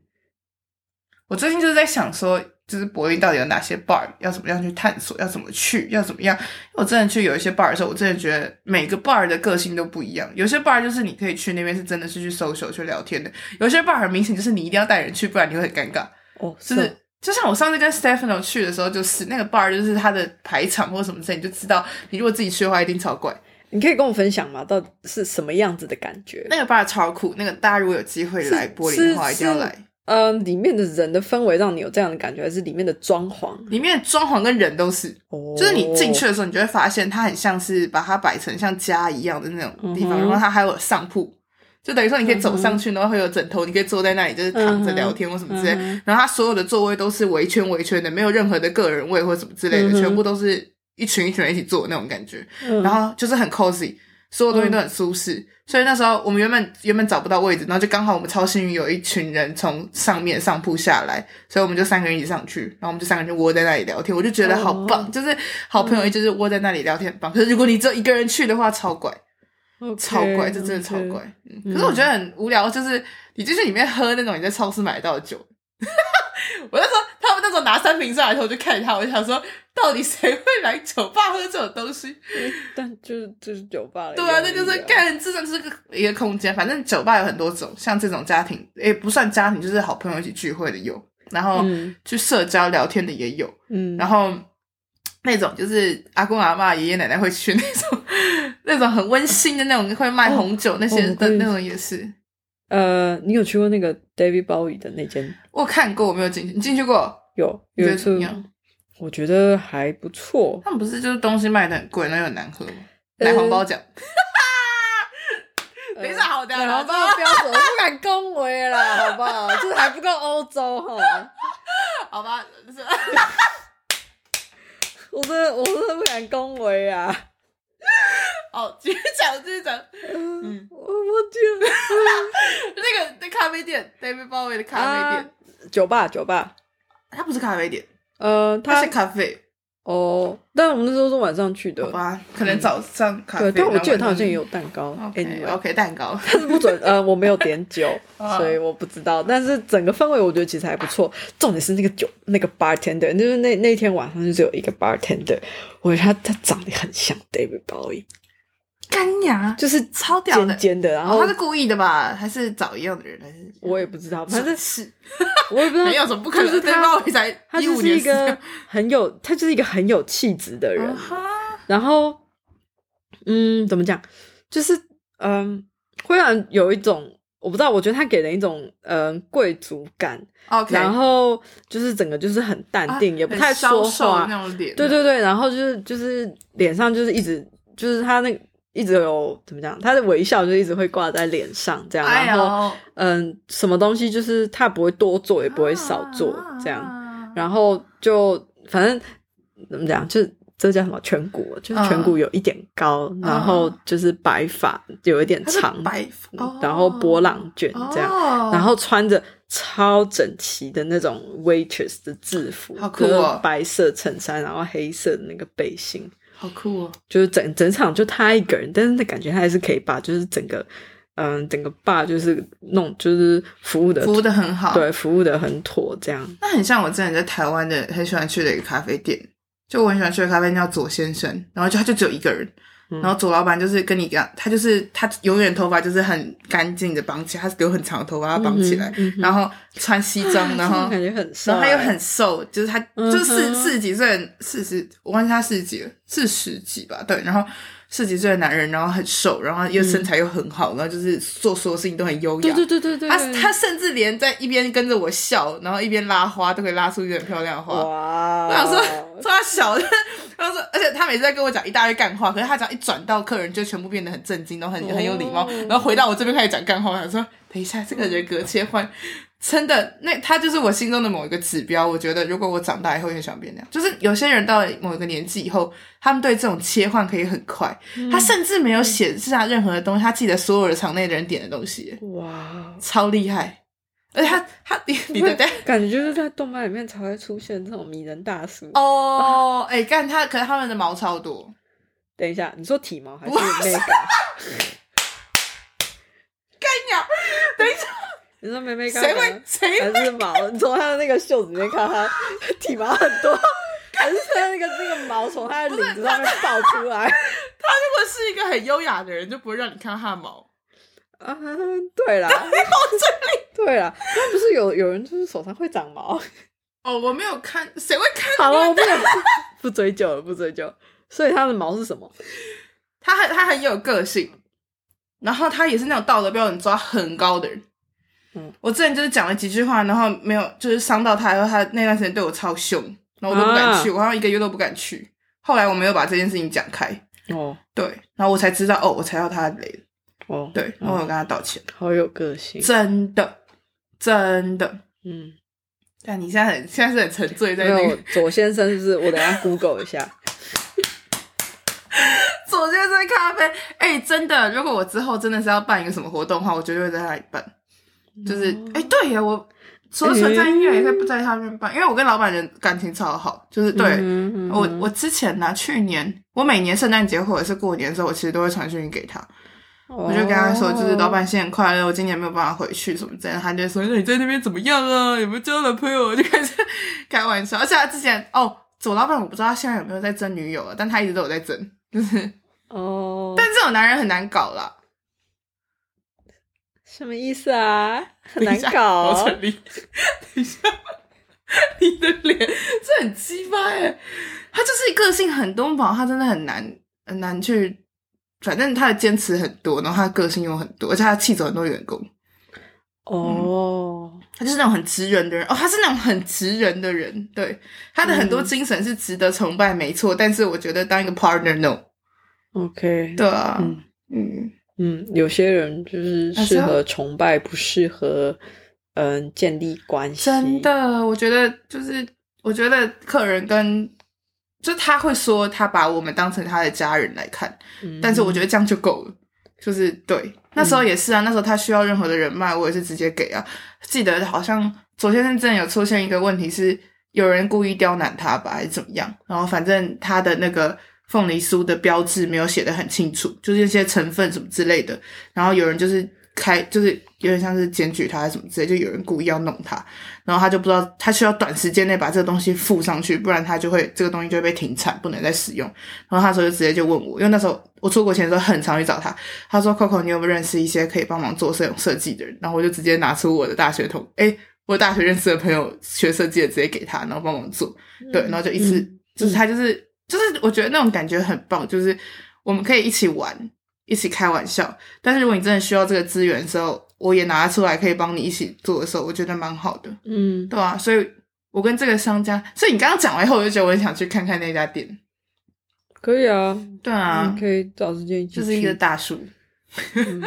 A: 我最近就是在想说，就是柏林到底有哪些 bar，要怎么样去探索，要怎么去，要怎么样？因为我真的去有一些 bar 的时候，我真的觉得每个 bar 的个性都不一样。有些 bar 就是你可以去那边是真的是去 social 去聊天的，有些 bar 很明显就是你一定要带人去，不然你会很尴尬。
B: 哦，
A: 就是是就像我上次跟 Stefano 去的时候，就是那个 bar 就是他的排场或什么之类，你就知道你如果自己去的话一定超怪。
B: 你可以跟我分享吗？到底是什么样子的感觉？
A: 那个 bar 超酷，那个大家如果有机会来
B: 是
A: 柏林的话，
B: 是
A: 一定要来。
B: 嗯、里面的人的氛围让你有这样的感觉，还是里面的装潢？
A: 里面的装潢跟人都是，
B: 哦，
A: 就是你进去的时候，你就会发现它很像是把它摆成像家一样的那种地方，
B: 嗯哼
A: 然后它还有上铺。就等于说，你可以走上去，然后会有枕头，你可以坐在那里，就是躺着聊天或什么之类。
B: 嗯哼
A: 然后它所有的座位都是围圈围圈的，没有任何的个人位或什么之类的，
B: 嗯哼
A: 全部都是一群一群人一起坐的那种感觉。
B: 嗯
A: 然后就是很 cozy，所有东西都很舒适。所以那时候我们原本原本找不到位置，然后就刚好我们超幸运有一群人从上面上铺下来，所以我们就三个人一起上去，然后我们就三个人就窝在那里聊天，我就觉得好棒，
B: 哦
A: 就是好朋友就是窝在那里聊天很棒。可是如果你只有一个人去的话，超怪，
B: 嗯 OK，
A: 超怪，这真的超
B: OK
A: 怪。嗯，可是我觉得很无聊，就是你进去里面喝那种你在超市买得到的酒。 我那时候，他们那时候拿三瓶上来的时候，我就看着他，我就想说，到底谁会来酒吧喝这种东西？
B: 但就是就是酒吧的
A: 对
B: 压
A: 啊，
B: 力
A: 那就是干，这种是个一个空间。反正酒吧有很多种，像这种家庭，也不算家庭，就是好朋友一起聚会的有，然后
B: 嗯
A: 去社交聊天的也有，
B: 嗯，
A: 然后那种就是阿公阿嬷、爷爷奶奶会去那种 那种很温馨的那种，会卖红酒那些
B: 哦
A: 的
B: 对
A: 那种也是。
B: 呃，你有去过那个 David Bowie 的那间？
A: 我看过，我没有进去，你进去过？
B: 有
A: 你
B: 有
A: 觉
B: 一
A: 得怎
B: 次
A: 么，样？
B: 我觉得还不错。
A: 他们不是就是东西卖的很贵，然后又很难喝吗？
B: 呃
A: 奶黄包 奖，
B: 呃
A: 等一下好的，
B: 奶黄包的标准我不敢恭维啦，好不好？就是还不够欧洲哈。
A: 好吧，是
B: 我真的我真的不敢恭维啊！
A: 哦，继续讲，继续讲。
B: 嗯
A: 嗯，
B: 我我天
A: 那个那咖啡店，David Bowie
B: 啊
A: 的咖啡店，
B: 啊！酒吧酒吧，
A: 它不是咖啡店，
B: 呃，
A: 它
B: 他
A: 是咖啡。
B: 哦，但我们那时候是晚上去的
A: 好，吧，可能早上咖啡。
B: 对，但我记得他好像也
A: 有。
B: 有蛋糕
A: OK
B: ，anyway，
A: OK，蛋糕。
B: 但是不准，呃，我没有点 酒
A: 啊，
B: 所以我不知道。但是整个氛围我觉得其实还不错，重点是那个酒，那个 bartender，就是那那天晚上就只有一个 bartender，我觉得他他长得很像 David Bowie，
A: 干牙，
B: 就是
A: 超屌的
B: 尖。尖的，然
A: 哦，
B: 后
A: 他是故意的吧？还是找一样的人？还是
B: 我也不知道，反正
A: 是
B: 我也不知道
A: 没 有什么不可能。
B: 就是
A: 对
B: 他
A: 吧？我才
B: 哎他
A: 一
B: 就
A: 五
B: 是
A: 年
B: 一个啊很有，他就是一个很有气质的人。然后，嗯，怎么讲？就是嗯，会让人有一种我不知道，我觉得他给人一种嗯贵族感，
A: OK，
B: 然后就是整个就是很淡定，
A: 啊
B: 也不太
A: 很消
B: 说
A: 瘦
B: 话。
A: 那种脸。
B: 对对对，然后就是就是脸上就是一直就是他那个一直有怎么讲，他的微笑就一直会挂在脸上这样，
A: 哎
B: 然后
A: 呦，
B: 嗯，什么东西就是他不会多做，也不会少做
A: 啊
B: 这样。然后就反正怎么讲，就是这叫什么颧骨，就是颧骨有一点高，然后就是白发有一点
A: 他是
B: 长，
A: 白发哦
B: 然后波浪卷这样，
A: 哦
B: 然后穿着超整齐的那种 waitress 的制服，
A: 好酷哦
B: 就是白色衬衫，然后黑色的那个背心，
A: 好酷哦，
B: 就是整整场就他一个人，但是他感觉他还是可以把就是整个。嗯，整个吧就是弄，就是服务的
A: 服务的很好。，
B: 对服务的很妥，这样
A: 那很像我之前在台湾的很喜欢去的一个咖啡店，就我很喜欢去的咖啡店叫左先生，然后就他就只有一个人，
B: 嗯
A: 然后左老板就是跟你一样，他就是他永远头发就是很干净的绑起来，他留很长的头发他绑起来，
B: 嗯哼嗯哼
A: 然后穿西装， 然后
B: 感觉很帅，
A: 然后他又很瘦，就是他
B: 嗯哼
A: 就是四四十几岁的，四十我忘记他四十几了，四十几吧，对，然后。四十几岁的男人，然后很瘦，然后又身材又很好，然后就是做所有事情都很优雅，
B: 对对对对对，
A: 他啊他甚至连在一边跟着我笑，然后一边拉花，都可以拉出一个很漂亮的花。
B: 哇，
A: 我想说， 他小， 他说，而且他每次在跟我讲一大堆干话，可是他只要一转到客人，就全部变得很震惊，然后很
B: 哦
A: 很有礼貌，然后回到我这边开始讲干话。我想说，等一下这个人格切换，真的，那他就是我心中的某一个指标。我觉得如果我长大以后也想变那样，就是有些人到了某一个年纪以后，他们对这种切换可以很快。
B: 嗯
A: 他甚至没有显示他任何的东西，他记得所有的场内的人点的东西耶。
B: 哇，
A: 超厉害，而且他他你你的
B: 感觉就是在动漫里面才会出现这种迷人大叔。
A: 哦，哎、干他，可是他们的毛超多，
B: 等一下，你说体毛还是
A: 哇
B: mega？
A: 等一下
B: 你说妹妹干
A: 谁会谁会
B: 还是毛？你从他的那个袖子里面看 他体毛很多，还是他那个那个毛从他的领子上面爆出
A: 他
B: 来？
A: 如果是一个很优雅的人，就不会让你看他的毛。
B: 啊，对啦，对啦，那不是有有人就是手上会长毛？
A: 哦，我没有看，谁会看？
B: 好了，我不 能不追究了，不追究。所以他的毛是什么？
A: 他很他很有个性，然后他也是那种道德标准抓很高的人。
B: 嗯，
A: 我之前就是讲了几句话，然后没有就是伤到他，然后他那段时间对我超凶，然后我都不敢去，我好像一个月都不敢去。后来我没有把这件事情讲开，
B: 哦
A: 对，然后我才知道哦，我踩到他的雷了，
B: 哦，
A: 对，然后我有跟他道歉。
B: 好有个性。
A: 真的，真的。
B: 嗯，
A: 但你现在很现在是很沉醉在
B: 没
A: 那
B: 有
A: 个
B: 左先生是不是？我 等一下 Google 一下。
A: 左先生咖啡。哎、真的，如果我之后真的是要办一个什么活动的话，我绝对会在那里办。就是，
B: 哦嗯
A: 哎、对呀，我除了存在音乐，也可以不在他那边办，因为我跟老板人感情超好。就是对、
B: 嗯
A: 我，我之前呢、去年我每年圣诞节或者是过年的时候，我其实都会传讯息给他，
B: 我
A: 我就跟他说，
B: 哦
A: 就是老板新年快乐，我今年没有办法回去什么之类的，他就说那你在那边怎么样啊？ 有没有交男朋友？我就开始开玩笑，而且他之前哦，左老板我不知道他现在有没有在争女友了，啊但他一直都有在争，就是
B: 哦，
A: 但这种男人很难搞啦，
B: 什么意 思啊？
A: 等
B: 很难
A: 一下
B: 搞
A: 我
B: 哦。
A: 整理， 等一下，你的脸这很鸡巴哎，他就是个性很东宝，他真的很难很难去，反正他的坚持很多，然后他的个性又很多，而且他气走很多员工。
B: 哦，
A: 他就是那种很直人的人哦，他是那种很直人的人，对他的很多精神是值得崇拜，没错。但是我觉得当一个 partner no，
B: ，OK，
A: 对啊，
B: 嗯
A: 嗯，
B: 嗯，有些人就是
A: 还是
B: 适
A: 要
B: 合崇拜，不适合嗯建立关系。
A: 真，的，我觉得就是我觉得客人跟就是他会说他把我们当成他的家人来看，
B: 嗯
A: 但是我觉得这样就够了，就是对。那时候也是啊，那时候他需要任何的人脉，我也是直接给啊。记得好像左先生真的有出现一个问题是，有人故意刁难他吧，还是怎么样？然后反正他的那个凤梨酥的标志没有写的很清楚，就是一些成分什么之类的。然后有人就是开，就是有点像是检举他还是什么之类，就有人故意要弄他，然后他就不知道他需要短时间内把这个东西附上去，不然他就会这个东西就会被停产，不能再使用。然后他那时候就直接就问我，因为那时候我出国前的时候很常去找他，他说：“Coco，你有没有认识一些可以帮忙做这种设计的人？”然后我就直接拿出我的大学同，诶，我大学认识的朋友学设计的，直接给他，然后帮忙做。对，然后就一次，
B: 嗯
A: 就是他就是就是我觉得那种感觉很棒，就是我们可以一起玩，一起开玩笑。但是如果你真的需要这个资源的时候，我也拿出来可以帮你一起做的时候，我觉得蛮好的。
B: 嗯，
A: 对啊，所以我跟这个商家，所以你刚刚讲完以后，我就觉得我很想去看看那家店。
B: 可以啊，
A: 对啊
B: 你，可以找时间一起
A: 就是一个
B: 去
A: 大叔
B: 嗯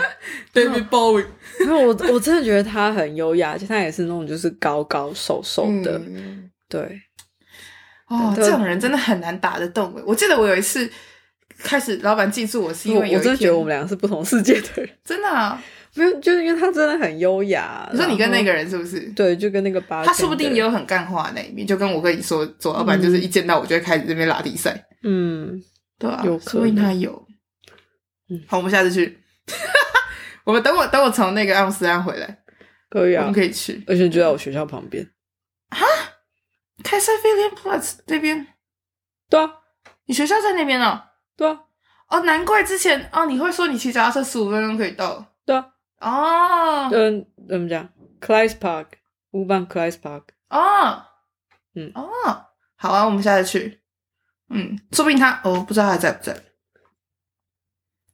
A: ，David Bowie，
B: 然后我我真的觉得他很优雅，而且他也是那种就是高高瘦瘦的，
A: 嗯
B: 对，
A: 哦，
B: 对
A: 这种人真的很难打得动诶。我记得我有一次开始，老板记住我是因
B: 我
A: 为有
B: 我
A: 一
B: 真的觉
A: 天
B: 得我们两个是不同世界的人，
A: 真的、啊，
B: 没有，就是因为他真的很优雅。
A: 你说你跟那
B: 然后
A: 个人是不是？
B: 对，嗯就跟那个八，
A: 他说不定也有很干话的那一面，就跟我跟你说，左老板就是一见到我就会开始这边拉比赛，
B: 嗯，
A: 对啊，
B: 有
A: 说不定
B: 可能
A: 他有。
B: 嗯
A: 好，我们下次去。 我们等我等我从那个阿姆斯特丹回来，
B: 可以
A: 我
B: 啊
A: 们，可以去
B: 而且就在我学校旁边。
A: 开塞菲林 Plus 那边，
B: 对啊，
A: 你学校在那边哦。
B: 对啊，
A: 哦，难怪之前哦，你会说你骑脚踏车十五分钟可以到
B: 对
A: 哦
B: 啊，嗯，怎么讲 c l a s Park，乌邦 c l a s Park，
A: 哦，
B: 嗯
A: 哦，好啊，我们下次去。嗯，说不定他哦，不知道他在不在。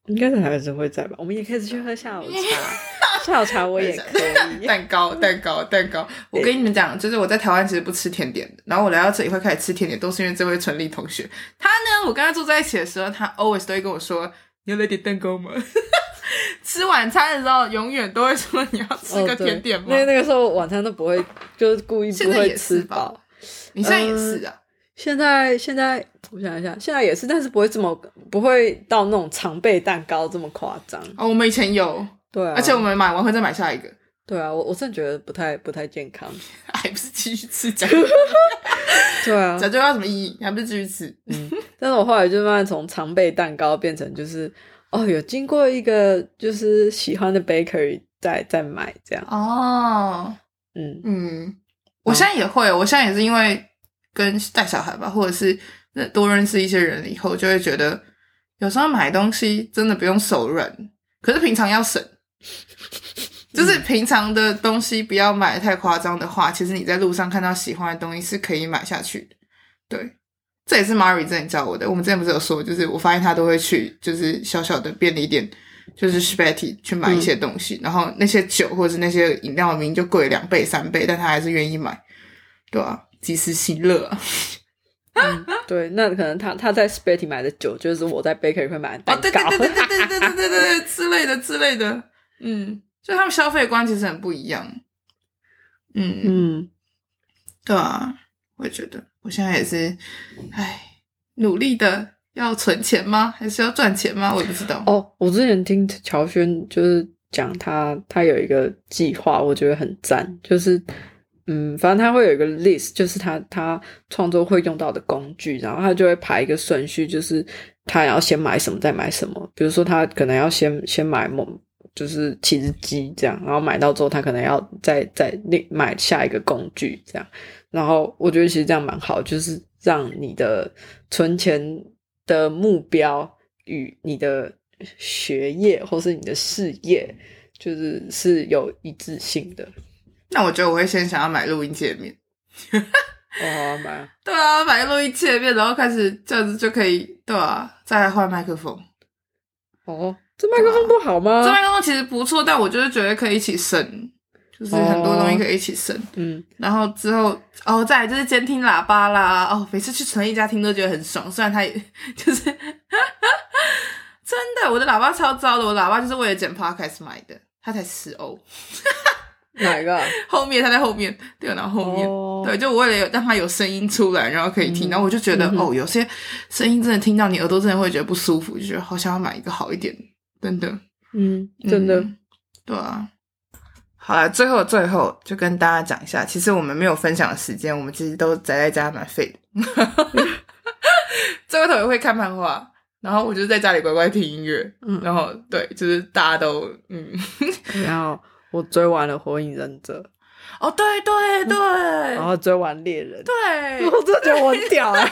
B: 应该是还是会在吧？我们也可以去喝下午 茶，下午茶我也可以。
A: 蛋糕，蛋糕，蛋糕。我跟你们讲，就是我在台湾其实不吃甜点的，然后我来到这里会开始吃甜点，都是因为这位纯丽同学。他呢，我跟他住在一起的时候，他 always 都会跟我说：“你要来点蛋糕吗？” 吃晚餐的时候，永远都会说：“你要吃
B: 哦
A: 个
B: 对
A: 甜点吗？”
B: 那那个时候晚餐都不会，就是故意
A: 现
B: 不
A: 在也
B: 会
A: 是
B: 吃
A: 吧
B: 饱。
A: 你现在也是啊，
B: 现在现在我想一下，现在也是，但是不会这么不会到那种常备蛋糕这么夸张。
A: 哦，我们以前有，
B: 对啊，
A: 而且我们买完会再买下一个，
B: 对啊，我我真的觉得不太不太健康。
A: 还不是继续吃讲
B: 对啊，
A: 讲究要什么意义？还不是继续吃？
B: 但是我后来就慢慢从常备蛋糕变成就是哦，有经过一个就是喜欢的 bakery 再再买这样。
A: 哦，
B: 嗯，
A: 嗯，我现在也会，我现在也是因为跟带小孩吧，或者是认多认识一些人以后，就会觉得有时候买东西真的不用手软，可是平常要省。就是平常的东西不要买得太夸张的话，其实你在路上看到喜欢的东西是可以买下去的。对，这也是 Mary 之前教我的。我们之前不是有说，就是我发现他都会去，就是小小的便利店，就是 s p a t i 去买一些东西，然后那些酒或者是那些饮料明明就贵两倍三倍，但他还是愿意买，对啊，及时行乐啊！
B: 嗯 对，那可能他他在 Spatty 买的酒，就是我在 bakery 会买的
A: 哦，
B: 蛋
A: 对
B: 糕
A: 对。对对对对对对对对之类的之类的，嗯，就他们消费观其实很不一样，嗯，
B: 嗯，
A: 对啊，我也觉得我现在也是，唉，努力的要存钱吗？还是要赚钱吗？我也不知道。
B: 哦，我之前听乔轩就是讲他他有一个计划，我觉得很赞，就是嗯，反正他会有一个 list，就是他他创作会用到的工具，然后他就会排一个顺序，就是他要先买什么，再买什么。比如说他可能要先先买某就是起子机这样，然后买到之后他可能要再再另买下一个工具这样。然后我觉得其实这样蛮好，就是让你的存钱的目标与你的学业或是你的事业，就是是有一致性的。
A: 那我觉得我会先想要买录音界面。
B: 哦，好蛮
A: 对啊，买录音界面，然后开始这样子就可以，对啊，再来换麦克风。
B: 哦，这麦克风不好吗？
A: 这麦克风其实不错，但我就是觉得可以一起升，就是很多东西可以一起升。
B: 嗯，
A: 然后之后哦，再来就是监听喇叭啦，哦，每次去陈毅家听都觉得很爽，虽然他也 就是真的，我的喇叭超糟的，我喇叭就是为了剪 podcast 买的，它才十欧，
B: 哪一个啊？
A: 后面它在后面，电脑后面。
B: 哦
A: 对，就我为了让它有声音出来，然后可以听，
B: 嗯
A: 然后我就觉得、
B: 嗯哼
A: 哦，有些声音真的听到你耳朵真的会觉得不舒服，就觉得
B: 嗯
A: 好想要买一个好一点，真的，
B: 嗯，真的，
A: 嗯对啊，好了，最后最后就跟大家讲一下，其实我们没有分享的时间，我们其实都宅在家蛮废的。 这个头也会看漫画，然后我就在家里乖乖听音乐，
B: 嗯
A: 然后对，就是大家都嗯，
B: 然后我追完了《火影忍者
A: 哦，对对对、》，
B: 然
A: 嗯
B: 后追完《猎人》，
A: 对，
B: 我真的觉得我很屌 哎、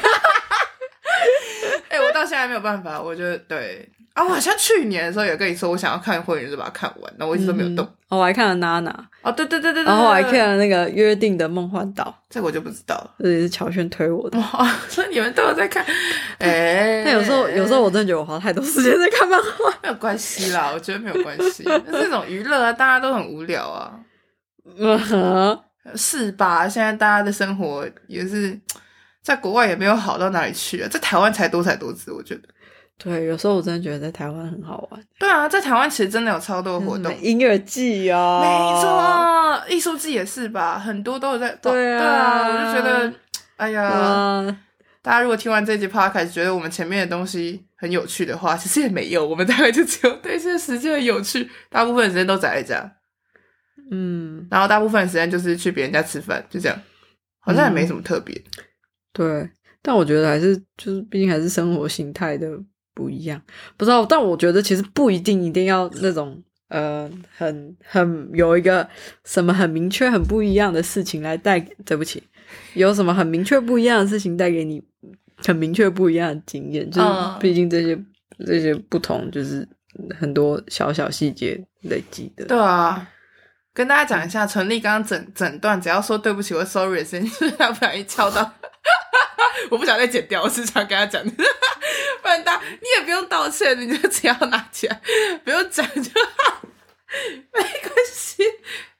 A: 哎、我到现在没有办法，我觉得对啊，我好像去年的时候有跟你说，我想要看《火影忍者》，把它看完，然后我一直都没有动。
B: 嗯哦我还看了娜娜，
A: 哦，对对对对对，
B: 然后我还
A: 对对
B: 看了那个《约定的梦幻岛
A: 这个我就不知道了。》，
B: 这也是乔轩推我的。
A: 哇， 所以你们都有在看，哎、
B: 但有时候，有时候我真的觉得我花太多时间在看漫画。
A: 没有关系啦，我觉得没有关系， 这种娱乐啊，大家都很无聊啊，
B: 嗯哼，
A: 是吧？现在大家的生活也是在国外也没有好到哪里去啊，在台湾才多彩多姿，我觉得。
B: 对，有时候我真的觉得在台湾很好玩，
A: 对啊，在台湾其实真的有超多活
B: 什么
A: 动，
B: 音乐季哦，
A: 没，错，艺术季也是吧，很多都有在。
B: 对啊
A: 对啊，我就觉得，哎呀，
B: 啊，
A: 大家如果听完这集 podcast 觉得我们前面的东西很有趣的话，其实也没有，我们大概就只有 对这个时间很有趣，大部分的时间都宅在家，
B: 嗯，
A: 然后大部分的时间就是去别人家吃饭，就这样，好像也没什么特别。
B: 对。但我觉得还是就是，毕竟还是生活形态的不一样，不知道。但我觉得其实不一定一定要那种呃，很很有一个什么很明确、很不一样的事情来带。对不起，有什么很明确不一样的事情带给你很明确不一样的经验？就是
A: 嗯
B: 毕竟这些这些不同，就是很多小小细节累积的。嗯
A: 对啊，跟大家讲一下，陈丽刚刚整整段只要说对不起或 sorry 的声音， 就是他不小心敲到， 我不想再剪掉，我是想跟他讲， 不然大你也不用道歉，你就只要拿起来，不用讲就好， 没关系。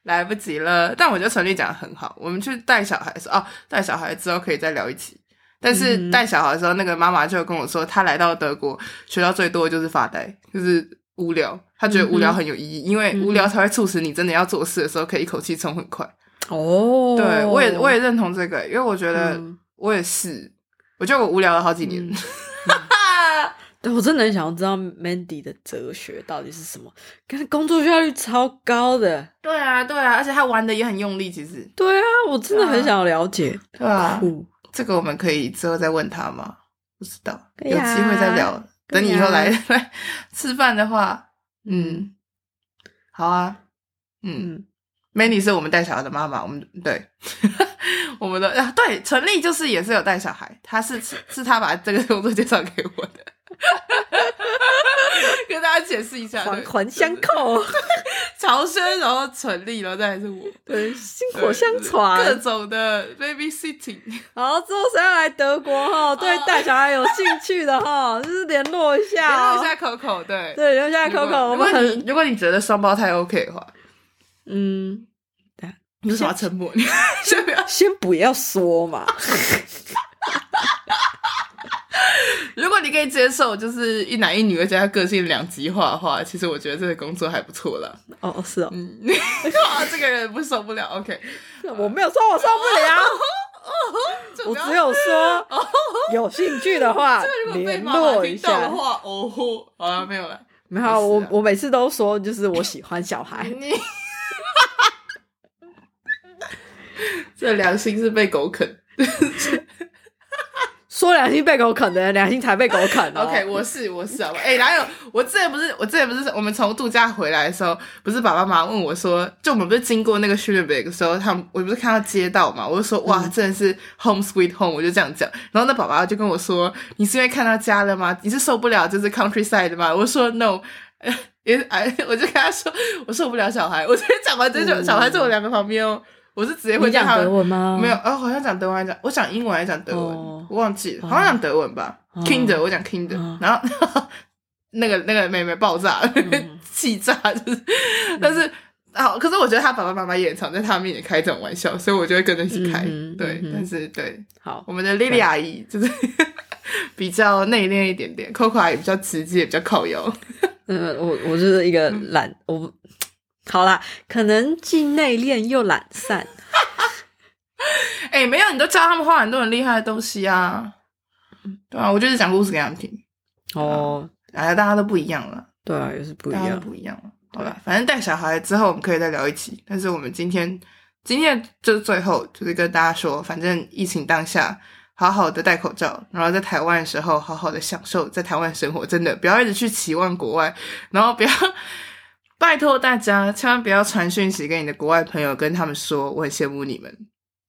A: 来不及了，但我觉得陈丽讲的很好。我们去带小孩的时候，哦，带小孩之后可以再聊一集。但是
B: 嗯
A: 带小孩的时候，那个妈妈就跟我说，她来到德国学到最多的就是发呆，就是无聊。她觉得
B: 嗯
A: 无聊很有意义，因为无聊才会促使你真的要做事的时候可以一口气冲很快。
B: 哦，
A: 对我也我也认同这个，因为我觉得
B: 嗯
A: 我也是，我觉得我无聊了好几年。
B: 嗯对，我真的很想要知道 Mandy 的哲学到底是什么，跟工作效率超高的。
A: 对啊，对啊，而且她玩的也很用力，其实。
B: 对啊，我真的很想要了解。
A: 对啊，
B: 酷，
A: 这个我们可以之后再问他吗？不知道，
B: 可以
A: 有机
B: 啊
A: 会再聊。
B: 可以啊
A: 等你以后来 来吃饭的话，嗯，好啊，嗯
B: 嗯，
A: ，Manny 是我们带小孩的妈妈，我们对， 我们的啊，对，陈丽就是也是有带小孩，她是是是她把这个工作介绍给我的， 跟大家解释一下，对
B: 嗯环环相，扣，
A: 乔轩，然后陈丽，然后再来是我，
B: 对，薪
A: 对
B: 火相传。
A: 各种的 baby sitting。
B: 好，之后谁要来德国哈？对
A: 哦，
B: 带小孩有兴趣的哈，就是联络一下
A: 联络
B: 哦
A: 一。下 Coco，对。
B: 对，留下来
A: 如果
B: Coco，我们
A: 如果你
B: 很
A: 如果你觉得双胞胎 OK 的话，
B: 嗯，
A: 你为什么要沉默？ 你先不要。
B: 先不要说嘛。
A: 如果你可以接受，就是一男一女，而且他个性两极化的话，其实我觉得这个工作还不错啦。
B: 哦，哦是哦，
A: 嗯，哇， 这个人不受不了。OK，嗯
B: 我没有说我受不了，
A: 就
B: 我
A: 不要哦
B: 只有说 有兴趣的话
A: 如果被
B: 联
A: 妈妈
B: 络一
A: 听到
B: 下
A: 的。话，哦吼，好了，没有了。
B: 没
A: 没事啊
B: 有，我我每次都说，就是我喜欢小孩，
A: 你 这良心是被狗啃。
B: 说良心被狗啃的人，良心才被狗啃哦。
A: OK，我是我是好吧？哎、哪有？我之前不是我之前不是我们从度假回来的时候，不是爸爸妈妈问我说，就我们不是经过那个 s c h u l e b e r g 的时候，他们我不是看到街道嘛，我就说
B: 嗯
A: 哇，真的是 home sweet home，我就这样讲。然后那爸爸就跟我说，你是因为看到家了吗？你是受不了就是 countryside 的吗？我说 no。也 哎， 我就跟他说，我受不了小孩。我直接讲完这就
B: 嗯
A: 小孩在我两个旁边哦，我是直接会
B: 你
A: 叫
B: 讲
A: 他
B: 德文吗？
A: 没有，啊，好像讲德文还是讲，我讲英文还是讲德文，
B: 嗯哦
A: 我忘记了，
B: 哦
A: 好像讲德文吧。
B: 哦
A: Kinder，我讲 Kinder，、
B: 哦
A: 然后那个那个妹妹爆炸，
B: 嗯
A: 气炸，就是，但是。好，可是我觉得他爸爸妈妈也常在他面前开这种玩笑，所以我就会跟着一起开。
B: 嗯哼
A: 对，
B: 嗯哼
A: 但是对
B: 好，
A: 我们的莉莉阿姨就是 比较内敛一点点，Coco 阿姨比较直接，比较靠腰。
B: 嗯，我我就是一个
A: 嗯
B: 懒，我不好啦，可能既内敛又懒散。
A: 哎、没有，你都教他们画很多很厉害的东西啊。
B: 嗯
A: 对啊，我就是讲故事给他们听。
B: 哦，
A: 哎，大家都不一样了，
B: 对啊，也是不一
A: 大家都
B: 样。
A: 不一样了。好吧，反正带小孩之后我们可以再聊一期，但是我们今天今天就是最后就是跟大家说，反正疫情当下。好好的戴口罩，然后在台湾的时候好好的享受在台湾生活，真的不要一直去期望国外，然后不要拜托大家千万不要传讯息给你的国外朋友，跟他们说我很羡慕你们，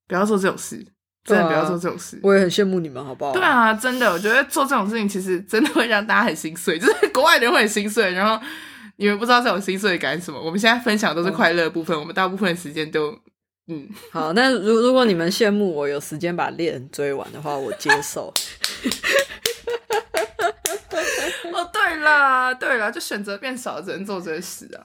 A: 不要做这种事，真的不
B: 啊
A: 要做这种事。
B: 我也很羡慕你们，好不好？
A: 对，啊，真的，我觉得做这种事情其实真的会让大家很心碎， 就是国外的人会很心碎，然后你们不知道这种心碎感是什么。我们现在分享都是快乐的部分，我们大部分的时间都嗯，
B: 好，那如如果你们羡慕我有时间把猎人追完的话，我接受。
A: 哦对啦对啦，就选择变少，只能做这些事啊。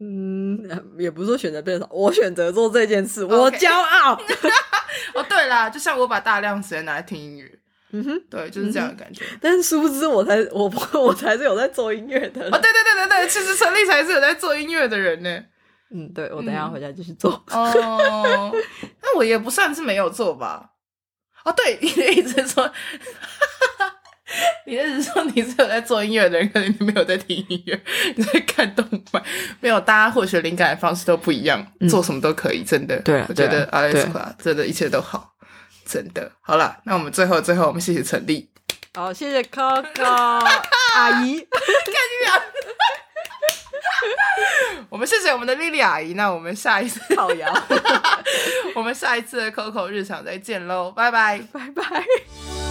B: 嗯，也不是说选择变少，我选择做这件事，我
A: OK
B: 骄傲。
A: 哦对啦，就像我把大量时间拿来听音乐，
B: 嗯哼，
A: 对，就是这样的感觉。
B: 但是殊不知我才我我才是有在做音乐的
A: 哦，
B: 人。
A: 对对对对对，其实陈立才是有在做音乐的人呢。
B: 嗯，对，我等一下回家继续做。
A: 哦， 那我也不算是没有做吧。哦，对，你的意思是说，你的意思是说你是有在做音乐的人，可能你没有在听音乐，你在看动漫，没有，大家获取灵感的方式都不一样，
B: 嗯
A: 做什么都可以，真的。
B: 对啊
A: 我觉
B: 对
A: 得
B: 啊
A: 阿
B: 对
A: 莱斯
B: 啊
A: 卡真的一切都好，真的。好啦，那我们最后最后，我们谢谢陈立。
B: 好，谢谢 Coco 阿姨。
A: 我们谢谢我们的莉莉阿姨，那我们下一次，
B: 好呀，
A: 我们下一次的 Coco 日常再见喽，拜拜。
B: 拜拜。